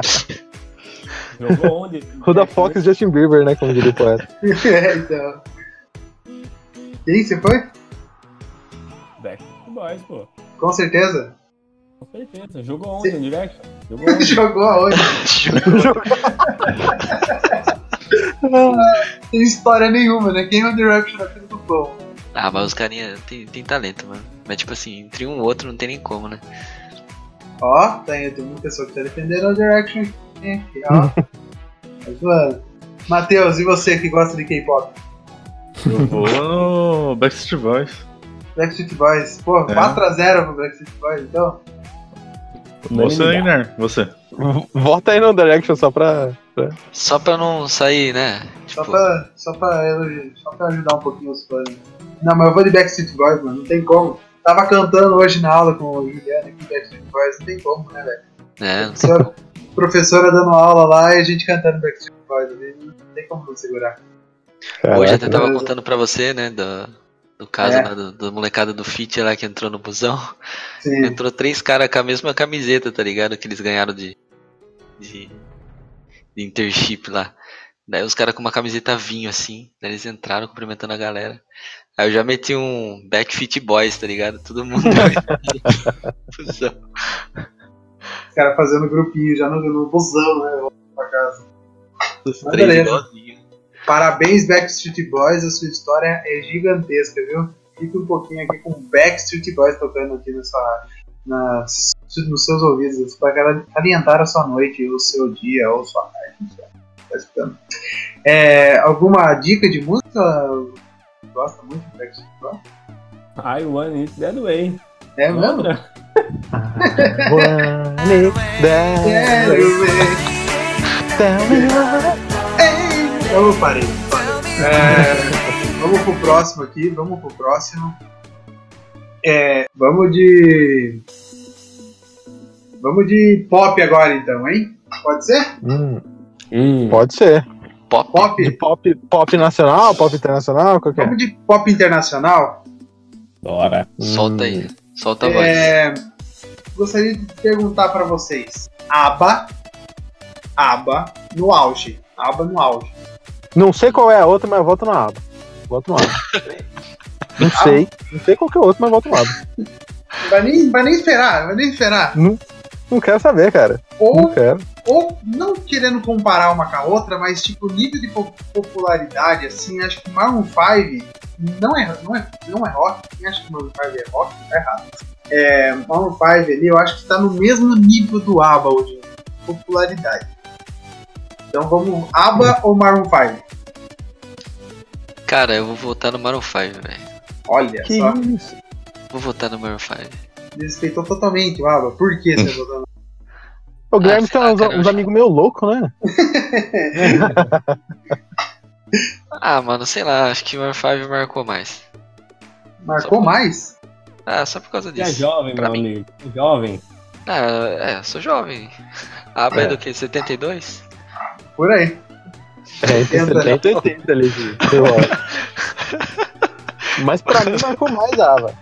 te- Jogou onde? é
Ruda Fox e Justin Bieber, né? Como diria o poeta.
é, então. Quem você foi?
Backstreet Boys, pô.
Com certeza.
Com certeza. Jogou onde, um Direction? Jogou onde?
Jogou aonde? Ah, Tem história nenhuma, né? Quem é o Direction na frente do pão?
ah, mas os carinha tem, tem talento, mano. Mas tipo assim, entre um e outro não tem nem como, né?
Ó, tem, tem uma pessoa que tá defendendo o Direction aqui, ó. Mas, mano. Matheus, e você que gosta de K-pop?
Eu vou no Backstreet Boys.
Backstreet Boys. Pô,
É.
4x0 pro Backstreet Boys, então.
é
Você,
Unanimidade.
Guilherme, você.
Volta aí no Direction só pra.
Só pra não sair, né?
Só
Tipo,
pra, só, pra, elogiar- só pra ajudar um pouquinho os fãs. Não, mas eu vou de Backstreet Boys, mano. Não tem como. Tava cantando hoje na aula com o Juliano aqui, Backstreet Boys. Não tem como, né, velho?
né?
Professora, professora dando aula lá e a gente cantando Backstreet Boys. ali. Não tem como não segurar.
Hoje
Caraca.
até tava
beleza.
contando pra você, né, do, do caso
É.
lá do, do molecada do Fit lá que entrou no busão.
Sim.
Entrou três caras com a mesma camiseta, tá ligado? Que eles ganharam de. de, de internship lá. Daí os caras com uma camiseta vinho, assim. Daí eles entraram cumprimentando a galera. Aí eu já meti um Backfit Boys, tá ligado? Todo mundo. Fusão.
Os caras fazendo grupinho já no, no busão, né? voltando Pra casa. Mas
Três
Ah, beleza.
igualzinho.
Parabéns, Backstreet Boys. A sua história é gigantesca, viu? Fica um pouquinho aqui com Backstreet Boys tocando aqui nessa, nas, nos seus ouvidos, para alientar a sua noite, o seu dia ou sua tarde. não sei. Tá escutando? É, alguma dica de música? Gosta muito de Backstreet Boys?
I want it that way.
É mesmo?
Outra.
One it that
Quero
way,
ver.
tell me why.
Eu parei. É, vamos pro próximo aqui, vamos pro próximo. É, vamos de. Vamos de pop agora então, hein? Pode ser?
Hum,
Hum.
Pode ser.
Pop.
De
Pop?
pop, pop nacional, pop internacional, é? qualquer.
Vamos de pop internacional?
Bora.
Hum. Solta aí. Solta a voz.
É, gostaria de perguntar pra vocês. Aba. Aba no auge. Aba no auge.
Não sei qual é a outra, mas volta na aba. Volta na aba. Não
Ah.
sei. Não sei qual que é a outra, mas volta na aba.
Não Vai nem, vai nem esperar, vai nem esperar.
Não quero saber, cara.
Ou
Não quero.
ou não querendo comparar uma com a outra, mas tipo, o nível de po- popularidade, assim, acho que Maroon 5 não é, não é, não é rock, quem acha que Maroon 5 é rock, tá errado. É, Maroon 5 ali, eu acho que tá no mesmo nível do ABBA hoje, em dia, popularidade. Então vamos,
Hum.
ABBA ou Maroon 5?
Cara, eu vou votar no Maroon 5, velho.
Olha
Que
só,
isso?
Vou votar no Maroon 5.
respeitou totalmente o ABBA, por que
Hum.
você botou no-
O Guilherme
Ah,
tem uns,
cara, eu
uns
acho-
amigos meio loucos, né?
Ah, mano, sei lá. Acho que o Maroon 5 marcou mais.
Marcou mais?
Ah, só por causa
Você é
disso.
jovem,
Pra
meu
mim.
amigo. Você é Jovem.
Ah, é, sou jovem. A aba é. do que? 72?
Por aí.
É, entre
70.
70 e 80 ali, gente. Eu acho. Mas pra mim marcou mais a aba.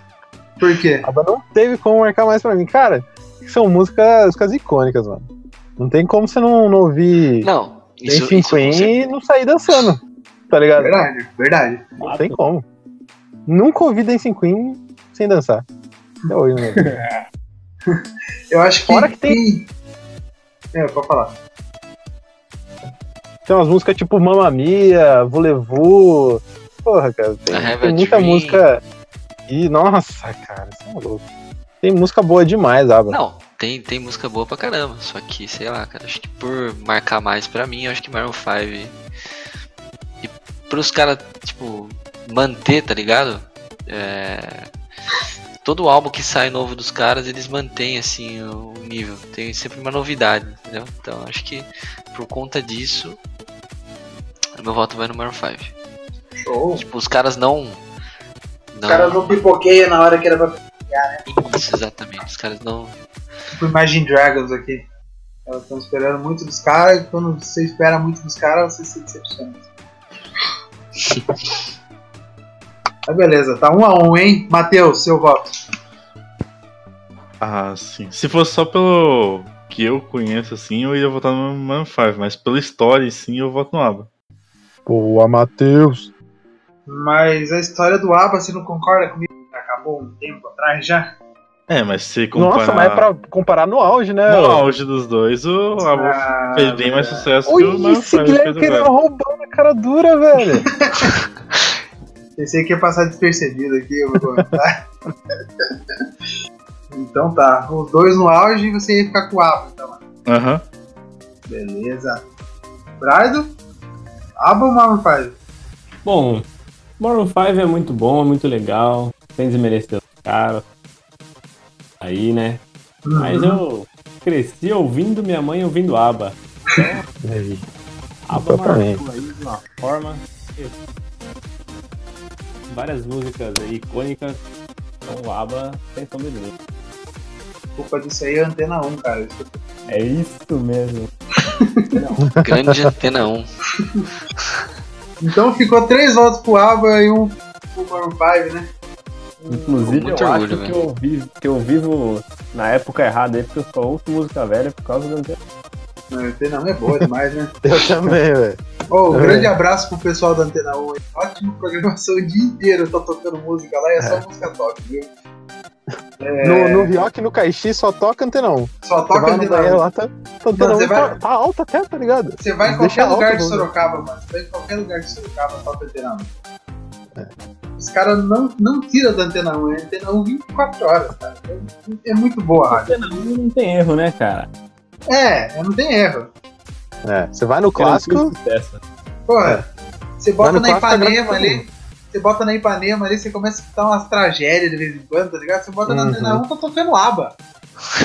Por quê?
A aba não teve como marcar mais pra mim. Cara, são músicas, músicas icônicas, mano. Não tem como você não, não ouvir
Não, isso,
isso,
isso com certeza.
e não sair dançando. Tá ligado?
Verdade, verdade.
Não tem como. Nunca ouvi Dancing Queen sem dançar. Até hoje, né?
Eu acho que.
Fora que tem-
É, pode falar.
Tem umas músicas tipo Mamma Mia, Volevu. Porra, cara.
I
Tem,
Have
tem
a
muita
Dream.
música. E nossa, cara, você é louco. Tem música boa demais, Abra.
Não, tem, tem música boa pra caramba. Só que, sei lá, cara, acho que por marcar mais pra mim, eu acho que Maroon 5. E pros caras, tipo, manter, tá ligado? É, Todo álbum que sai novo dos caras, eles mantêm, assim, o o nível. Tem sempre uma novidade, entendeu? Então, acho que por conta disso, meu voto vai no Maroon 5.
Show.
Tipo, os caras não.
Os caras não pipoqueiam na hora que era pra chegar, né?
Isso, exatamente. Os caras não.
Tipo Imagine Dragons aqui. Elas estão esperando muito dos caras, e quando você espera muito dos caras, você se decepciona. Mas beleza, tá um a um, hein? Matheus, seu voto.
Ah, sim. Se fosse só pelo que eu conheço, assim, eu ia votar no Man 5, mas pela história, sim, eu voto no Aba.
Boa, Matheus.
Mas a história do Abba, você não concorda comigo? Acabou um tempo atrás já?
É, mas se comparar...
Nossa, mas é pra comparar no auge, né?
No auge dos dois, o Aba
Ah,
fez bem mais
verdade.
sucesso que o
Ui,
Man
esse
5. fez
Glenn
agora.
roubando a cara dura, velho.
Pensei que ia passar despercebido aqui, eu vou comentar. então tá, os dois no auge e você ia ficar com o Abba, então.
Aham.
Beleza. Brardo? Abba ou Marvel faz?
Bom, Maroon 5 é muito bom, é muito legal. Sem desmerecer os caras. Aí, né? Mas eu cresci ouvindo minha mãe ouvindo aba. Aba
Exatamente.
marcou aí de uma forma. que- Várias músicas aí icônicas. Então, o aba sem sombra de dúvida.
Culpa disso aí é antena 1, cara. Isso-
É isso mesmo.
Grande antena 1.
Então ficou três votos pro Abba e um pro Marvel 5, né?
Inclusive,
muito
eu
orgulho,
acho que
velho.
eu, vivo, que eu vivo na época errada aí, porque eu só ouço música velha por causa da antena.
Não, a antena 1 é boa demais, né?
Eu também, velho.
Oh, um
É.
grande abraço pro pessoal da Antena 1. aí. Ótima programação o dia inteiro. Tá tocando música lá e é só música top, viu? É,
No, no Rioc, no Caixi, só toca antena 1.
só
Você
toca
vai no
Antena 1.
banheiro lá, tá, tá antena
Mano, você
1 tá,
vai-
tá alta até, tá ligado?
Você vai em
Deixa
qualquer lugar
alto,
de
mano.
Sorocaba, mano. Você vai em qualquer lugar de Sorocaba, toca antena
É.
1. Os caras não, não tiram da antena 1, é antena 1 24 horas, cara. É, é muito boa a rádio.
Antena 1 não tem erro, né, cara?
É, não tem erro.
É, você vai no
Garantiu
clássico,
sucesso.
Porra, você
Mas
bota
no
na
clássico tá
Ipanema
grande
ali. Você bota na Ipanema ali, você começa a escutar umas tragédias de vez em quando, tá ligado? Você bota na
Uhum.
antena 1, tá tocando aba.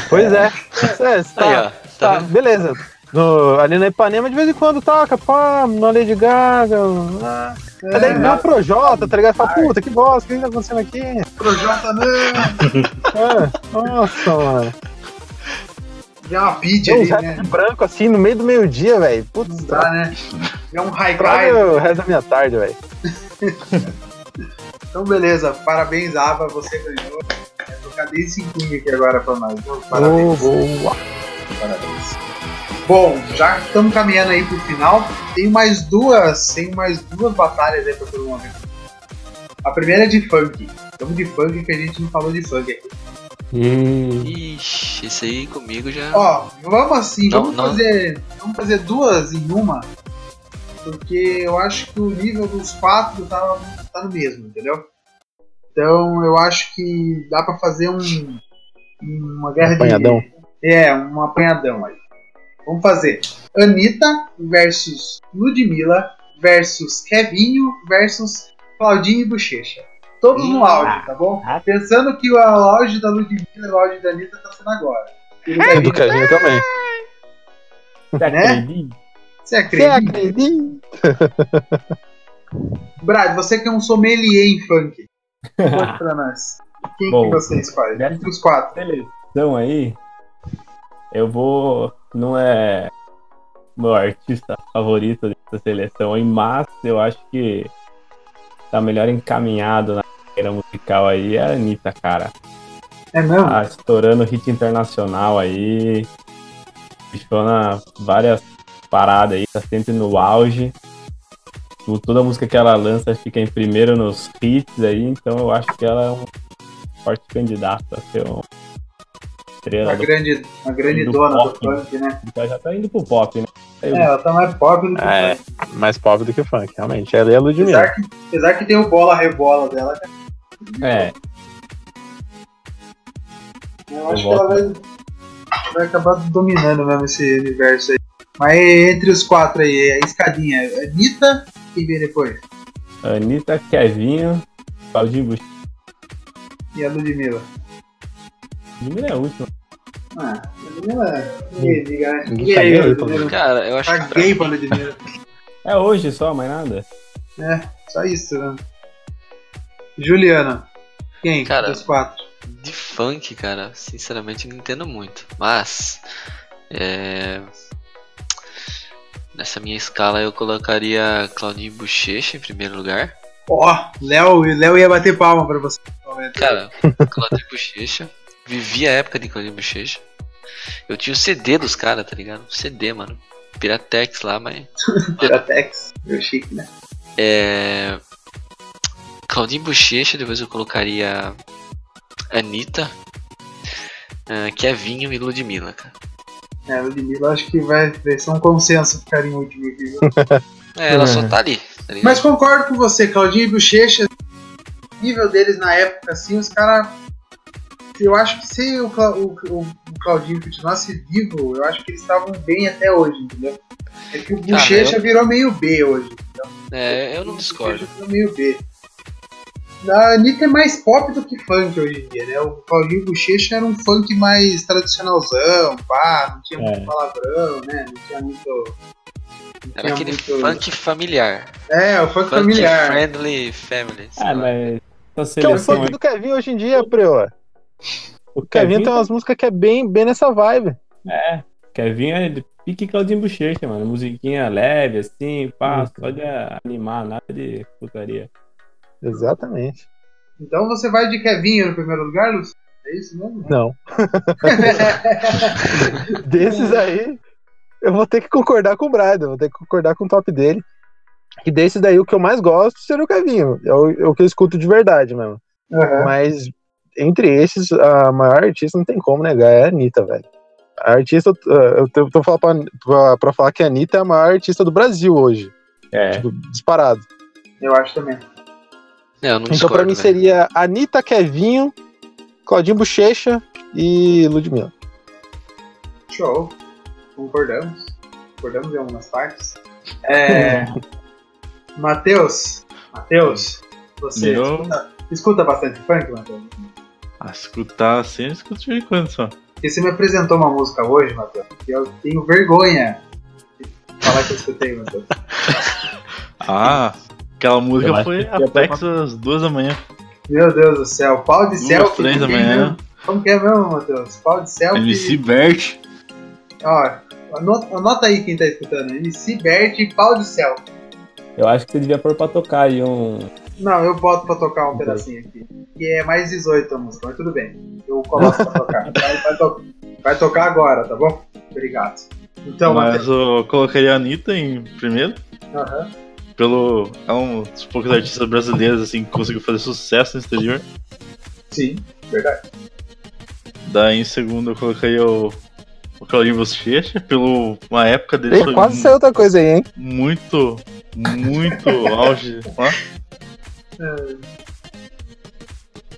pois é. Cê- cê
Aí,
tá,
ó. Tá
tá,
vendo?
beleza. No- ali na Ipanema, de vez em quando toca, pá, na Lady Gaga. Ah, é, daí
É,
dá o Projota, tá ligado? Fala, puta, que bosta, o que que tá acontecendo aqui?
Projota né? não.
É, nossa, mano.
Já é uma pit
Tem um
ali,
Zé
né?
de branco assim no meio do meio-dia, velho. Putz,
Não dá, né?
é
Já um high
Traga o resto da minha tarde, velho.
Então, beleza. Parabéns, Ava. Você ganhou. Vai tocar desde 5 aqui agora pra nós. viu? Parabéns.
Boa.
Parabéns. Bom, já estamos caminhando aí pro final. Tem mais duas, tem mais duas batalhas aí pra todo mundo. ver. A primeira é de funk. Estamos de funk que a gente não falou de funk aqui.
Hum.
Ixi, esse aí comigo já.
Ó, vamos assim,
Não,
vamos
não.
fazer, vamos fazer duas em uma, porque eu acho que o nível dos quatro tá, tá no mesmo, entendeu? Então eu acho que dá pra fazer um uma guerra
Apanhadão.
de é um apanhadão aí. Vamos fazer Anitta versus Ludmilla versus Kevinho versus Claudinho e Bochecha. Todos no
Hum.
auge, tá bom?
Ah.
Pensando que o auge da Ludmilla e o auge da Anitta tá sendo agora. E o
É, Do
Kevinho
Kevinho também.
Você acredita?
Você
Você
acredita?
acredita?
Brad, você que é um sommelier em funk. Conte pra nós. Quem
Bom,
que você escolhe?
deve-
Entre os quatro.
seleção aí, eu vou. Não é meu artista favorito dessa seleção aí, mas eu acho que tá melhor encaminhado na carreira musical aí é a Anitta, cara.
É mesmo?
Tá estourando hit internacional aí. Bichona várias paradas aí, tá sempre no auge. Tu- Toda música que ela lança fica em primeiro nos hits aí, então eu acho que ela é um forte candidato a ser um estrela
uma
do
grande, uma grande
do
dona do
pop.
funk, né?
então já tá indo pro pop, né? Aí
É,
eu-
ela tá mais pobre do que
É,
funk.
mais pobre do que funk, realmente. Ela é a Ludmilla.
Apesar que, apesar que tem o bola rebola dela,
é,
eu acho
Eu
que ela vai, vai acabar dominando mesmo esse universo aí. Mas entre os quatro aí, a escadinha. Anitta, quem vem depois?
Anitta, Kevinho, Claudinho Bush.
E a Ludmilla.
Ludmilla é a última.
Ah, a Ludmilla. Ninguém liga, né?
Ninguém
Ninguém
tá
liga
nem
pra
aí pra
Ludmilla.
Cara, eu acho que. pra-
Caguei pra Ludmilla.
É hoje só, mais nada.
Só isso, né? Juliana. Quem?
Cara,
dos quatro.
de funk, cara, sinceramente não entendo muito. Mas é, nessa minha escala eu colocaria Claudinho Bochecha em primeiro lugar.
Ó, Léo, Léo ia bater palma pra você. nesse momento.
Cara, Claudinho Bochecha. Vivi a época de Claudinho Bochecha. Eu tinha o CD dos caras, tá ligado? CD, mano. Piratex lá, mas.
Piratex, meu chique, né?
É... Claudinho Bochecha, depois eu colocaria Anitta, ah, Kevinho e Ludmilla, cara.
É, Ludmilla acho que vai, vai ser um consenso ficar em último aqui. viu?
É, ela
É.
só tá ali, tá ligado?
Mas concordo com você, Claudinho e Bochecha, o nível deles na época, assim, os caras. Eu acho que se o, Cla- o, o- o Claudinho continuasse vivo, eu acho que eles estavam bem até hoje, entendeu? É que o
Cara,
Bochecha
eu-
virou meio B hoje.
É, eu não discordo.
Bochecha virou meio B. A Anitta é mais pop do que funk hoje em dia, né? O Claudinho e Bochecha era um funk mais tradicionalzão, pá, não tinha
É.
muito palavrão, né? Não tinha muito. não
Era
tinha
aquele
muito-
funk familiar.
É, o funk,
Funk
familiar.
friendly family. sei
Ah,
lá.
mas essa
Que é o
seleção
funk
aí.
do Kevin hoje em dia, Preo.
O
Kevin
Kevin,
tem umas músicas que é bem, bem nessa vibe.
Kevin é de pique Claudinho Bochecha, mano. Musiquinha leve, assim, pá,
Música.
só de animar, nada de putaria.
Exatamente.
Então você vai de Kevinho no primeiro lugar, Lúcio? É isso mesmo?
Não. Desses aí, eu vou ter que concordar com o Brad, eu vou ter que concordar com o top dele. E desses daí, o que eu mais gosto seria o Kevinho. É o, é o que eu escuto de verdade mesmo.
Aham.
Mas entre esses, a maior artista não tem como negar, é a Anitta, velho. A artista, eu- eh, eu tô, tô falando pra, pra, pra falar que a Anitta é a maior artista do Brasil hoje.
É,
Tipo, disparado.
Eu acho também.
Não, eu não
então,
discordo. né?
pra mim,
velho.
seria Anitta, Kevinho, Claudinho Bochecha e Ludmilla.
Show. Concordamos. Concordamos em algumas partes. É. Matheus. Matheus. Você
Eu?
escuta, escuta bastante funk, Matheus?
A escutar assim, eu escuto de vez em quando só.
Porque você me apresentou uma música hoje, Matheus, que eu tenho vergonha de falar que eu escutei, Matheus.
Ah, aquela
Eu
música
acho
foi
que é
Apex às duas da manhã.
Meu Deus do céu. Pau de céu.
Duas, três da manhã.
Como que é mesmo, Matheus? Pau de céu.
MC Bert.
Ó, anota, anota aí quem tá escutando. MC Bert e Pau de Céu.
eu acho que você devia pôr pra tocar aí um.
Não, eu boto pra tocar um pedacinho aqui. Que é mais 18 a música, mas tudo bem. Eu coloco pra tocar. Vai, vai to- vai tocar agora, tá bom? Obrigado. Então,
mas
Matheus.
eu colocaria a Anitta em primeiro.
Aham.
Pelo. É um dos poucos artistas brasileiros assim que conseguiu fazer sucesso no exterior.
Sim, verdade.
Daí em segundo eu colocaria o. O Claudinho Bochecha, pelo uma época dele
Ih,
foi
Quase
mu-
saiu outra coisa aí, hein?
muito, muito auge lá.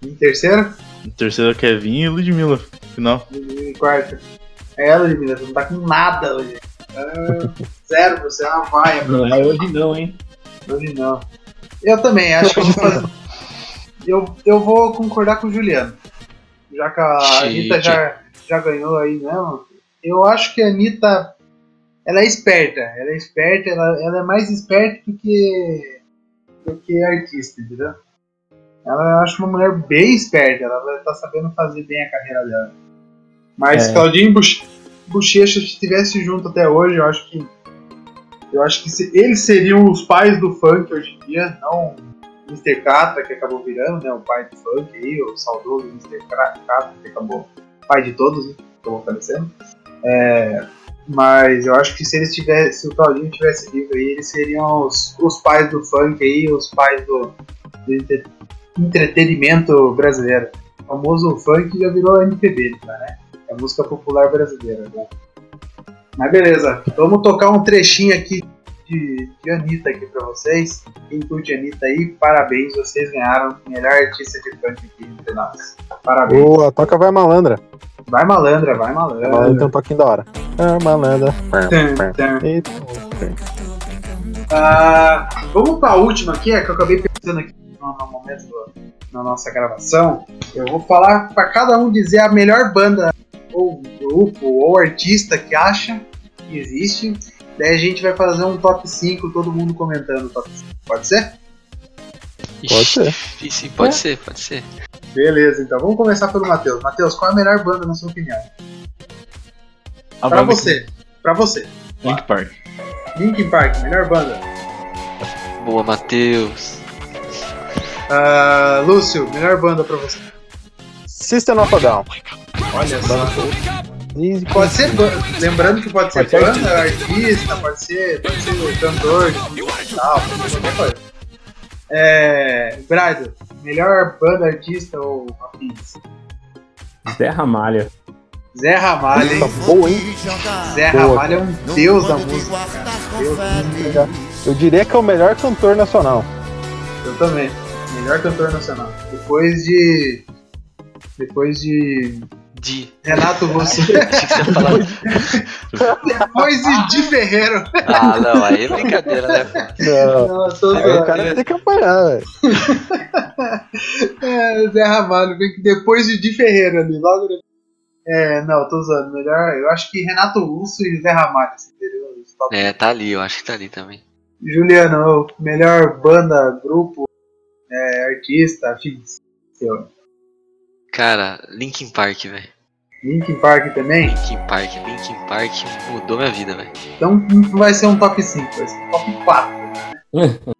Em terceiro
Em terceiro é Kevin e Ludmilla, final.
e em quarto. É ela, Ludmilla, você não tá com nada hoje. Ah, zero, você é uma vaia.
Não é hoje não, hein?
Hoje não. Eu também, acho que eu vou fazer. Eu, eu vou concordar com o Juliano. Já que a
Chique.
Anitta já, já ganhou aí mesmo. Eu acho que a Anitta. Ela é esperta. Ela é esperta, ela, ela é mais esperta do que. do que artista, entendeu? Ela eu acho uma mulher bem esperta. Ela tá sabendo fazer bem a carreira dela. Mas
É.
Claudinho Buch- Bochecha, se estivesse junto até hoje, eu acho que eu acho que se- eles seriam os pais do funk hoje em dia, não o Mr. Catra, que acabou virando, né? O pai do funk aí, o saudoso Mr. Cra- Catra, que acabou. Pai de todos, né? Acabou falecendo. É, mas eu acho que se eles tivessem. Se o Claudinho tivesse vivo aí, eles seriam os, os pais do funk aí, os pais do, do entre- entretenimento brasileiro. O famoso funk já virou MPB, tá, né? É música popular brasileira, né? Mas beleza, vamos tocar um trechinho aqui de, de Anitta aqui pra vocês. Quem curte Anitta aí, parabéns, vocês ganharam o melhor artista de funk aqui entre nós. Parabéns.
Boa, toca vai malandra.
Vai malandra, vai
É malandra tem
malandra.
um pouquinho da hora. É malandra.
Tum, tum.
Eita.
Ah, vamos pra última aqui, é que eu acabei pensando aqui no, no momento do- na nossa gravação. Eu vou falar pra cada um dizer a melhor banda, ou grupo, ou artista que acha que existe. Daí a gente vai fazer um top 5, todo mundo comentando o top 5. Pode ser?
Ixi,
Pode ser.
difícil, pode ser, pode ser.
Beleza, então. Vamos começar pelo Matheus. Matheus, qual é a melhor banda na sua opinião?
A
pra
banda
você. Pra você.
que- Link Park.
Linkin Park, melhor banda.
Boa, Matheus.
Ah, Lúcio, melhor banda pra você.
System of a Down.
Olha só.
E
Pode ser né? banda. Lembrando que pode ser
Pode ser
banda, artista, pode ser, pode ser cantor, tal, pode ser qualquer coisa. É. Brado, melhor banda, artista ou afins?
Zé Ramalho.
Zé Ramalho, hein?
Nossa, tá boa, hein?
Zé
Boa,
Ramalho é um deus da música, cara. Deus da música.
Eu diria que é o melhor cantor nacional.
Eu também. Melhor cantor nacional. Depois de. Depois de.
Di.
Renato Russo.
Achei que você ia falar.
Depois de Di Ferreiro.
Ah, não, aí é brincadeira, né, pô?
Não,
Não, eu tô
aí É, o
zoando.
cara vai ter que apanhar, velho.
É, Zé Ramalho, vem que depois de Di Ferreira ali, logo depois. É, não, tô usando. Melhor. Eu acho que Renato Russo e Zé Ramalho, assim, entendeu? Os top.
É, tá ali, eu acho que tá ali também.
Juliano, o melhor banda, grupo, é, artista, afins. Seu.
Cara, Linkin Park, velho.
Linkin Park também.
Linkin Park, Linkin Park mudou minha vida, velho.
Então não vai ser um top 5, vai ser um top 4.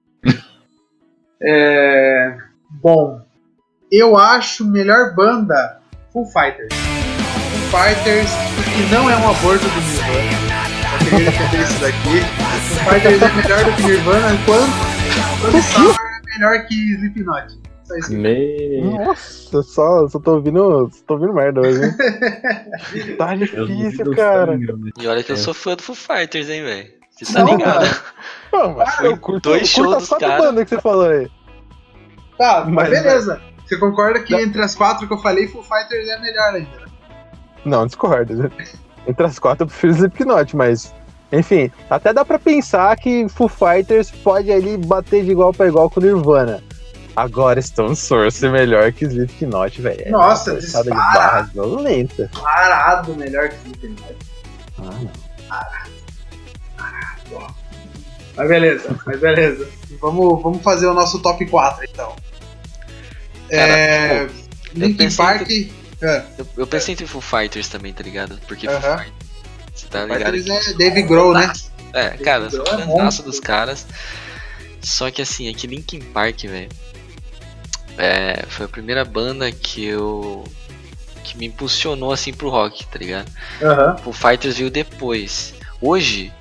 É, Bom, eu acho melhor banda Full Fighters. Full Fighters, que não é um aborto do Nirvana. Eu queria defender isso daqui. Full Fighters é melhor do que Nirvana, enquanto Black Sabbath é melhor que Slipknot. Só isso.
Hum,
Meu
Nossa, só, só tô ouvindo. Só tô ouvindo merda hoje, hein? Tá
Deus
difícil,
do
cara.
sangue, velho.
E olha que eu
É.
sou fã do Foo Fighters, hein, velho. Você tá
Não,
ligado?
Não, mas
Foi
eu curto, eu
dois
curto
shows
as
dos
quatro
cara.
bandas que você falou aí.
Tá, mas
Mas-
beleza. Você concorda que entre as quatro que eu falei, Full Fighters é a melhor ainda? né?
Não, discordo. Entre as quatro, eu prefiro Slipknot, mas. Enfim, até dá pra pensar que Foo Fighters pode ali bater de igual pra igual com Nirvana. Agora, Stone Source é melhor que Slipknot, velho. É
Nossa,
uma forçada de
dispara.
barra violenta.
Parado melhor que Slipknot.
Ah, não.
Mas beleza, mas beleza. Vamos, vamos fazer o nosso top 4 então.
Cara,
é.
eu
Linkin
pensei
Park. É,
Eu, eu pensei entre Foo Fighters também, tá ligado? Porque Foo
Aham.
Fighters. Você tá ligado?
Fighters
que-
é Dave Grohl, né?
É, cara, sou
Grohl é
fãzaço
monstro.
dos caras. Só que assim, é que Linkin Park, velho. É, foi a primeira banda que eu. que me impulsionou assim pro rock, tá ligado?
Aham.
Foo Fighters veio depois. Hoje,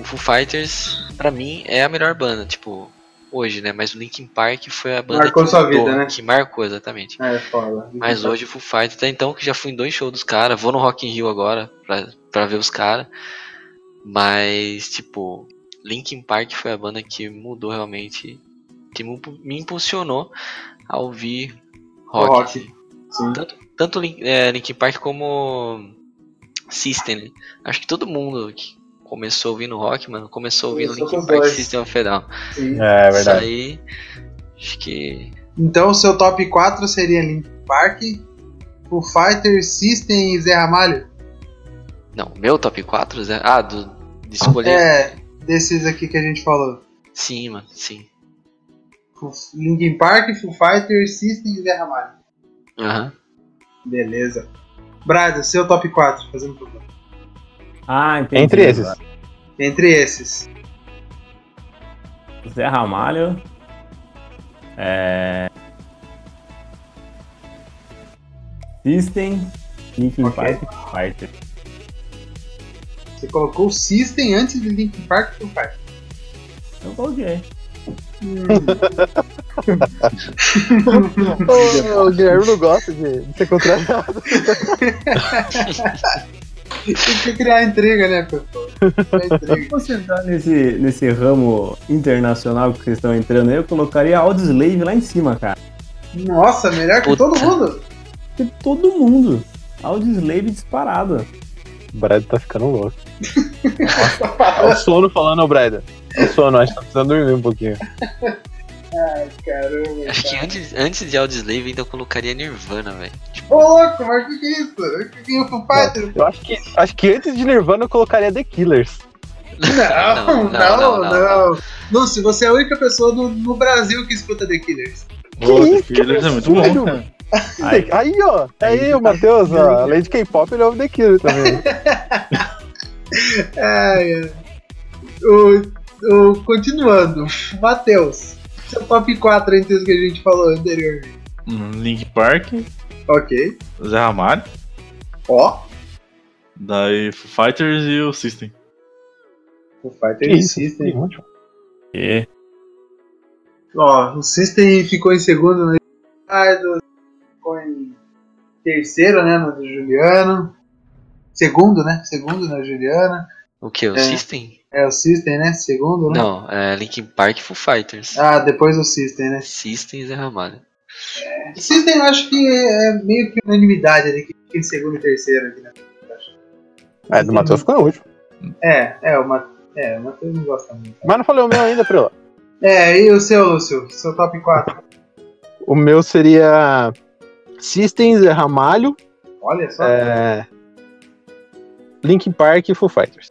o Foo Fighters, pra mim, é a melhor banda, tipo, hoje, né? Mas o Linkin Park foi a banda
Marcou
que,
sua
mudou,
vida, né?
que marcou, exatamente.
É, foda.
Mas hoje o Foo Fighters, até então, que já fui em dois shows dos caras, vou no Rock in Rio agora pra, pra ver os caras. Mas, tipo, Linkin Park foi a banda que mudou realmente, que mu- me impulsionou a ouvir rock.
rock.
assim.
Sim.
Tanto, tanto Lin- é, Linkin Park como System, né? Acho que todo mundo que começou ouvindo rock, mano, começou ouvindo
Começou com
Linkin
os
Park e
dois.
System of a Down.
Sim.
É, é
Isso
verdade.
aí, acho que...
Então o seu top 4 seria Linkin Park, Foo Fighters, System e Zé Ramalho?
Não, meu top 4, Zé... Ah, do... de escolher...
É, desses aqui que a gente falou.
Sim, mano, sim.
Foo- Linkin Park, Foo Fighters, System e Zé Ramalho.
Aham.
Beleza. Brado, seu top 4, fazendo um por favor.
Ah, entendi.
Entre esses.
Entre esses.
Zé Ramalho. É... System. Linkin
Ok.
Park. Fighter.
Você colocou o System antes de Linkin Park e Foo Fighters.
Eu coloquei.
Ô, o Guilherme não gosta de, de ser contratado.
Tem que criar intriga, né, pessoal? Criar intriga.
Você entrar nesse, nesse ramo internacional que vocês estão entrando aí, eu colocaria Audioslave lá em cima, cara.
Nossa, melhor que
Puta.
todo mundo.
Porque todo mundo. Audioslave disparado.
O Brad tá ficando louco. É o sono falando, ô Brad. É o sono, acho que tá precisando dormir um pouquinho.
Caramba.
Acho que antes, antes de Audioslave ainda eu colocaria Nirvana, velho.
Ô, louco, mas o que, que é isso? O que, que é o Foo Fighters?
Eu acho que, acho que antes de Nirvana eu colocaria The Killers.
Não, não, não, Lúcio, você é a única pessoa no, no Brasil que escuta The Killers.
Pô,
isso,
The Killers é muito
absurdo,
bom, cara.
Aí,
Aí, ó. Tá Aí,
Aí.
o Matheus, ó, além de K-pop, ele ouve The Cure também.
Ai, ai. o, o, continuando, Matheus, seu top 4 entre os que a gente falou anteriormente.
Hum, Link Park,
Ok.
Zé Ramalho,
Ó,
daí Foo Fighters e o System.
o Fighter
Isso,
insiste, hein?
ótimo.
E
Ó, o System ficou em segundo no Ricardo, ficou em terceiro, né, no do Juliano. Segundo, né? Segundo na Juliana.
O que? O
É.
System?
É o System, né? Segundo, né?
Não, é Linkin Park e Foo Fighters.
Ah, depois o System, né?
System e Zé Ramalho.
System eu acho que é meio que unanimidade ali, que fica em segundo e terceiro aqui, né?
É, do Matheus ficou em último.
É, é, o Mat- é, o Matheus não gosta muito.
Mas não falei o meu ainda, Prila.
É, e o seu, Lúcio? Seu top 4?
O meu seria Systems, é Ramalho,
Olha só,
é... Linkin Park e Foo Fighters.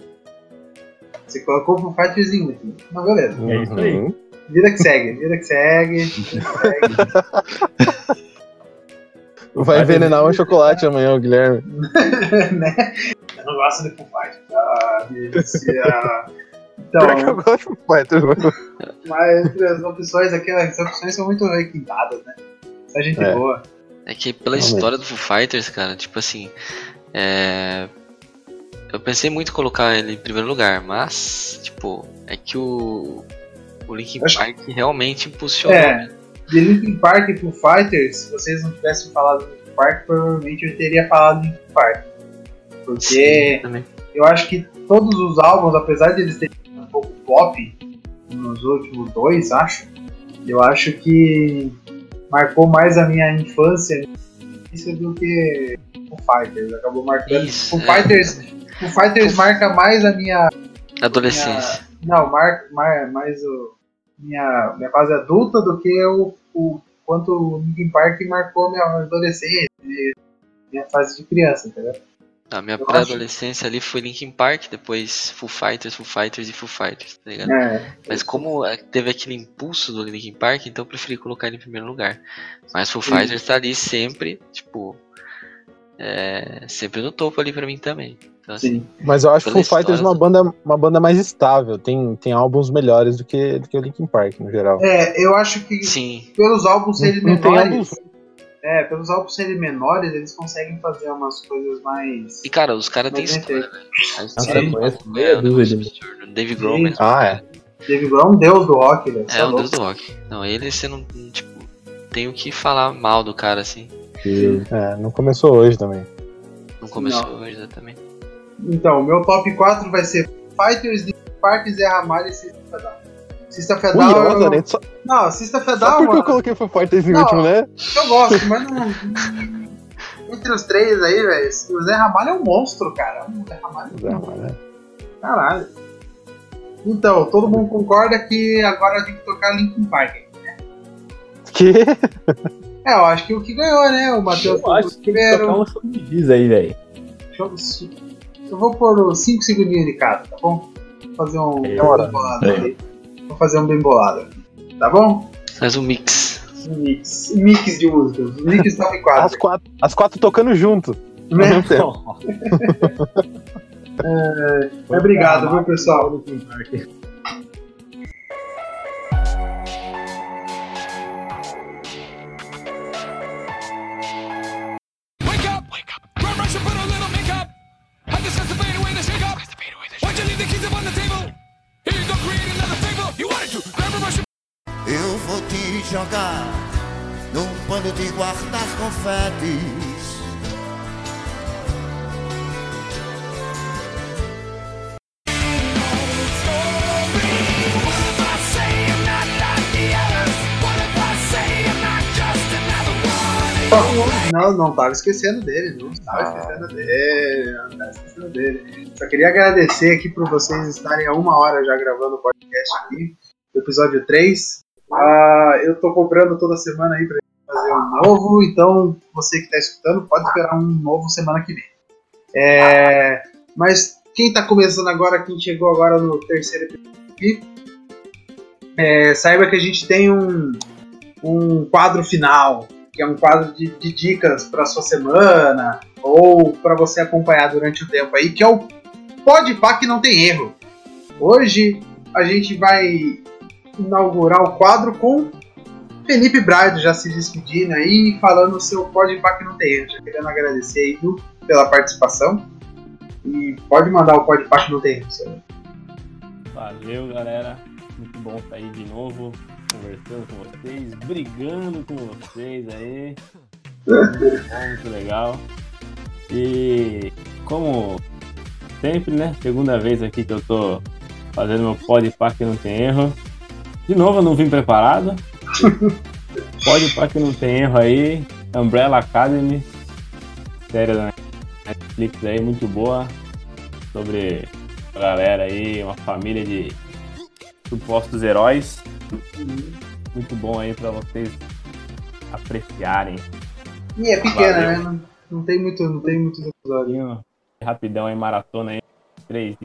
você colocou um o Fighters em último. Mas beleza.
É isso aí.
Uhum.
Vida que segue, vida que segue. vida que segue.
Vai envenenar um chocolate amanhã, o Guilherme.
né? Eu não gosto de Foo Fighters. Ah, esse, ah.
Pior que eu
Então,
gosto de Foo Fighters, mano.
mas as opções aqui, as opções são muito requintadas, né? Só gente
É.
boa.
É que pela
Realmente.
história do Foo Fighters, cara, tipo assim. é, Eu pensei muito em colocar ele em primeiro lugar, mas, tipo, é que o. O Linkin
Acho-
Park realmente impulsionou.
É.
né?
De Linkin Park e Foo Fighters, se vocês não tivessem falado de Linkin Park, provavelmente eu teria falado de Linkin Park. Porque
Sim, também.
eu acho que todos os álbuns, apesar de eles terem sido um pouco pop, nos últimos dois, acho, eu acho que marcou mais a minha infância isso do que Foo Fighters. Acabou marcando.
Isso,
Foo
é.
Fighters, Foo Fighters marca mais a minha
Adolescência.
não, mar, mar, mais o, minha, minha fase adulta do que o, o quanto o Linkin Park marcou minha adolescência, e minha fase de criança, entendeu?
A minha
Eu
pré-adolescência ali foi Linkin Park, depois Foo Fighters, Foo Fighters e Foo Fighters, tá ligado?
É,
Mas como é, teve aquele impulso do Linkin Park, então eu preferi colocar ele em primeiro lugar. Mas Foo
Sim.
Fighters tá ali sempre, tipo, é, sempre no topo ali pra mim também. Então, assim,
sim.
Mas eu acho
Pela
Foo Fighters
história,
uma
tá?
banda, uma banda mais estável. Tem, tem álbuns melhores do que, do que o Linkin Park, no geral.
É, eu acho que
sim,
pelos álbuns
Não-
serem
não tem
menores. É, pelos álbuns serem menores, eles conseguem fazer umas coisas mais.
E cara, os caras têm
Mas
história,
é
velho. A história
eu
do
conheço
rock,
meia
é um negócio
dúzia
absurdo. Dave Grohl, mesmo,
Ah, é.
Dave Grohl é um deus do rock, ele
é o deus do rock. Não, ele você não, tipo, tem o que falar mal do cara, assim.
E
É, não começou hoje também.
Não começou hoje, exatamente.
Então, meu top 4 vai ser Fighters, Linkin Park, Zé Ramalho e Sista Fedal. Sista Fedal. é
Curiosa,
eu-
né? Só,
Não, Sista Fedal.
só porque
mano.
eu coloquei Foo Fighters em
Não.
último, né?
Eu gosto, mas não. Entre os três aí, velho, o Zé Ramalho é um monstro, cara. O Zé Ramalho é um monstro, caralho. Então, todo mundo concorda que agora tem que tocar Linkin Park.
Que?
É, eu acho que o que ganhou, né? O Matheus
eu acho que tem que tocar
primeiro.
um som de giz aí, velho.
Deixa eu- su- Eu vou pôr 5 segundinhos de cada, tá bom? Vou fazer um
É,
bem
bora.
bolado aí. Vou fazer um bem bolado. Tá bom?
Faz um mix.
Um mix. Mix de músicas. Mix top
As
4.
quatro, as quatro tocando junto. Uhum. ao
Né?
mesmo tempo.
Obrigado, viu, pessoal?
Wake up! Wake up! Grab brush and put a little makeup. I just have to fade away the shake up. Why'd you leave the keys up on the table? Here you go, create another fable. You wanted to grab a brush and
Eu vou te jogar num pano de guardar confetes.
What if I say I'm not like the others? What if I say I'm not just another one?
Não, não tava esquecendo dele, não tava esquecendo dele, não tava esquecendo dele. Só queria agradecer aqui por vocês estarem há uma hora já gravando o podcast aqui, do episódio 3. Ah, eu tô cobrando toda semana aí pra gente fazer um novo, então você que tá escutando pode esperar um novo semana que vem. É, mas quem tá começando agora, quem chegou agora no terceiro episódio aqui, é, saiba que a gente tem um, um quadro final que é um quadro de, de dicas para sua semana ou para você acompanhar durante o tempo aí, que é o Pode Pá que não tem erro. Hoje a gente vai inaugurar o quadro com Felipe Braido já se despedindo aí e falando o seu Pode Pá que não tem erro. Já querendo agradecer aí viu, pela participação. E pode mandar o Pode Pá que não tem erro, seu.
Valeu, galera. Muito bom estar aí de novo, conversando com vocês, brigando com vocês aí. Muito bom, muito legal. E como sempre, né? Segunda vez aqui que eu tô fazendo meu pod que não tem erro. De novo eu não vim preparado. pod que não tem erro aí. Umbrella Academy. Série da Netflix aí, muito boa. Sobre a galera aí, uma família de supostos heróis. Muito bom aí pra vocês apreciarem.
E é pequena,
Valeu.
né? Não, não tem muito, não tem muito episódio.
Rapidinho, Rapidão aí, maratona aí. Três.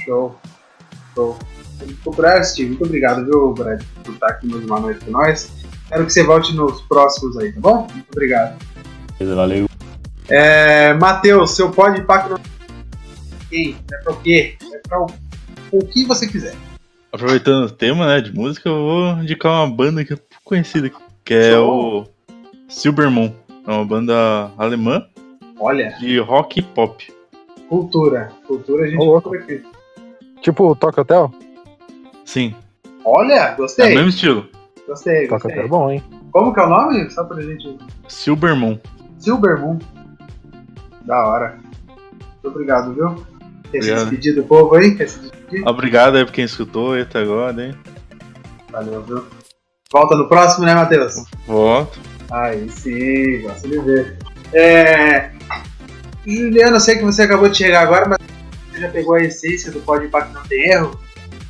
Show. Show. O Brad, Steve, muito obrigado, viu, Brad, por estar aqui mais uma noite com nós. Quero que você volte nos próximos aí, tá bom? Muito obrigado.
Beleza, Valeu.
É, Matheus, seu pode impacto quem? É pra o quê? É pra o, o que você quiser.
Aproveitando o tema, né, de música, eu vou indicar uma banda que é pouco conhecida, que é o Silbermond. É uma banda alemã
Olha,
de rock e pop.
cultura. Cultura a gente
Ô, louco.
procura aqui.
Tipo o Toca Hotel?
Sim,
Olha,
é o
gostei.
mesmo estilo.
Gostei,
Toca Hotel
gostei.
é bom, hein?
Como que é o nome? Só pra gente.
Silbermond.
Silvermoon. Da hora. Muito obrigado, viu? Quer se
Obrigado.
despedir do povo aí? Quer se despedir?
Obrigado aí por quem escutou aí até agora, hein?
Valeu, viu? Volta no próximo, né, Matheus?
Volto.
Aí sim, gosto de ver. É... Juliano, eu sei que você acabou de chegar agora, mas você já pegou a essência do Pode Impacto Não Tem Erro.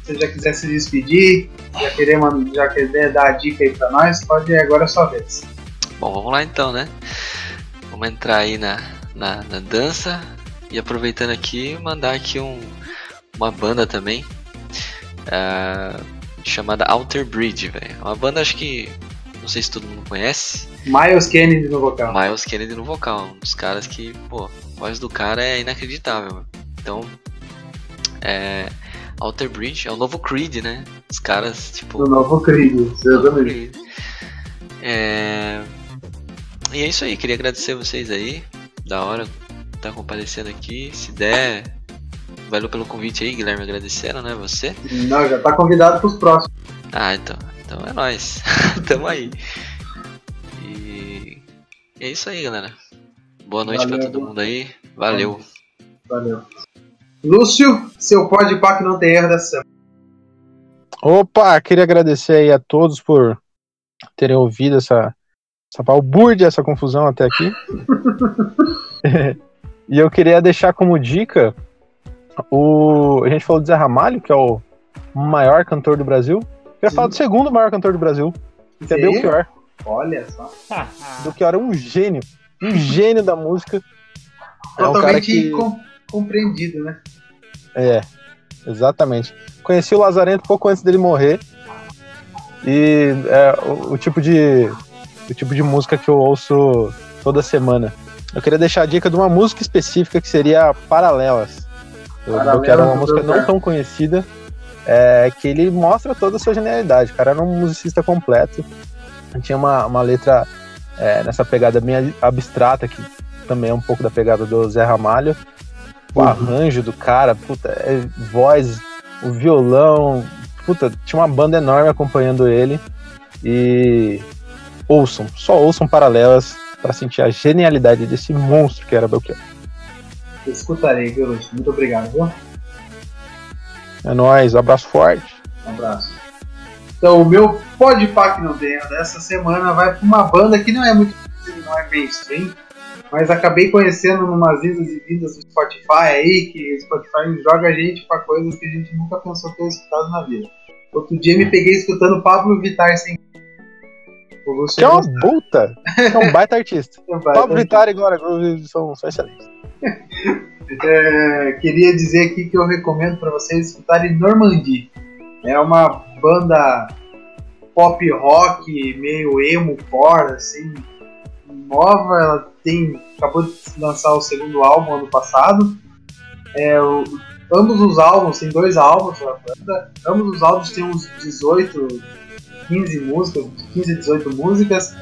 Se você já quiser se despedir, já querer, mano, já querer dar a dica aí pra nós, pode ir agora é a sua vez.
Bom, vamos lá então, né? Vamos entrar aí na, na, na dança e aproveitando aqui, mandar aqui um, uma banda também ah, chamada Alter Bridge, velho. É Uma banda acho que não sei se todo mundo conhece.
Miles Kennedy no vocal.
Miles Kennedy no vocal, um dos caras que, pô, a voz do cara é inacreditável. mano. Então, é, Alter Bridge é o novo Creed, né? Os caras, tipo,
Do novo crime, exatamente.
é... E é isso aí, queria agradecer vocês aí. Da hora tá comparecendo aqui. Se der, valeu pelo convite aí, Guilherme, agradecendo, né? Você.
Não, já tá convidado pros próximos.
Ah, então, então é nóis. Tamo aí. E... e é isso aí, galera. Boa noite pra
Valeu,
todo
boa
mundo aí. Valeu.
Valeu. Lúcio, seu Pode Impacto Não Tem Erro dessa semana.
Opa, queria agradecer aí a todos por terem ouvido essa, essa balbúrdia, essa confusão até aqui. e eu queria deixar como dica o. A gente falou do Zé Ramalho, que é o maior cantor do Brasil. Eu queria falar do segundo maior cantor do Brasil, que é
Seria?
Belchior.
Olha
um
só.
Belchior é um gênio, um gênio da música. É um cara
Totalmente
que.
com- compreendido, né?
É, exatamente. Conheci o Lazarento pouco antes dele morrer. E é o, o tipo de o tipo de música que eu ouço toda semana. Eu queria deixar a dica de uma música específica que seria Paralelas. Eu, eu
Paralelas
quero uma
do
música não
Belchior.
tão conhecida, é, que ele mostra toda a sua genialidade. O cara era um musicista completo. Tinha uma, uma letra é, nessa pegada bem abstrata, que também é um pouco da pegada do Zé Ramalho o arranjo do cara, puta, é voz, o violão, puta, tinha uma banda enorme acompanhando ele. E ouçam, só ouçam paralelas pra sentir a genialidade desse monstro que era Belchior.
Eu escutarei, viu, Lúcio? Muito obrigado, viu?
É nóis, abraço forte.
Um abraço. Então, o meu Podpah que não tem erro dessa semana vai para uma banda que não é muito conhecida, não é mainstream, mas acabei conhecendo numas idas e vindas do Spotify aí, que o Spotify joga a gente para coisas que a gente nunca pensou ter escutado na vida. Outro dia me peguei escutando Pablo Vittar sem. O Lúcio
Que é uma
gosta,
puta, que é um baita artista.
vai,
Pablo
né?
Vittar e Glória Groove são, são excelentes.
É, queria dizer aqui que eu recomendo para vocês escutarem Normandie. É uma banda pop rock, meio emo core, assim, nova, ela tem. acabou de lançar o segundo álbum ano passado. É, o- ambos os álbuns, tem dois álbuns da banda, ambos os álbuns têm uns 18, 15 músicas, 15, 18 músicas.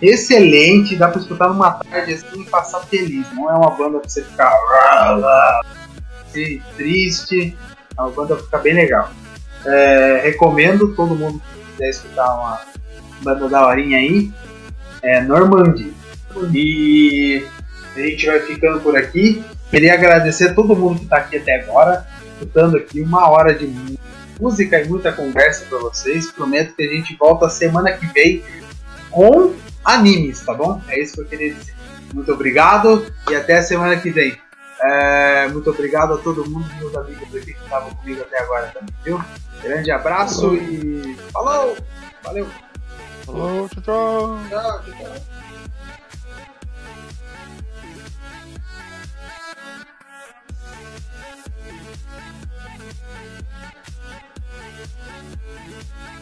Excelente, dá pra escutar numa tarde assim e passar feliz. Não é uma banda pra você ficar assim, triste. A banda fica bem legal. É, recomendo todo mundo que quiser escutar uma banda daorinha aí. É Normandy. E a gente vai ficando por aqui. Queria agradecer a todo mundo que está aqui até agora, escutando aqui uma hora de mu- música e muita conversa para vocês. Prometo que a gente volta semana que vem com animes, tá bom? É isso que eu queria dizer. Muito obrigado e até semana que vem. É, muito obrigado a todo mundo, meus amigos aqui que estavam comigo até agora também, viu? Grande abraço e falou! Valeu!
Falou, tchau, tchau.
Tchau, tchau.
Thank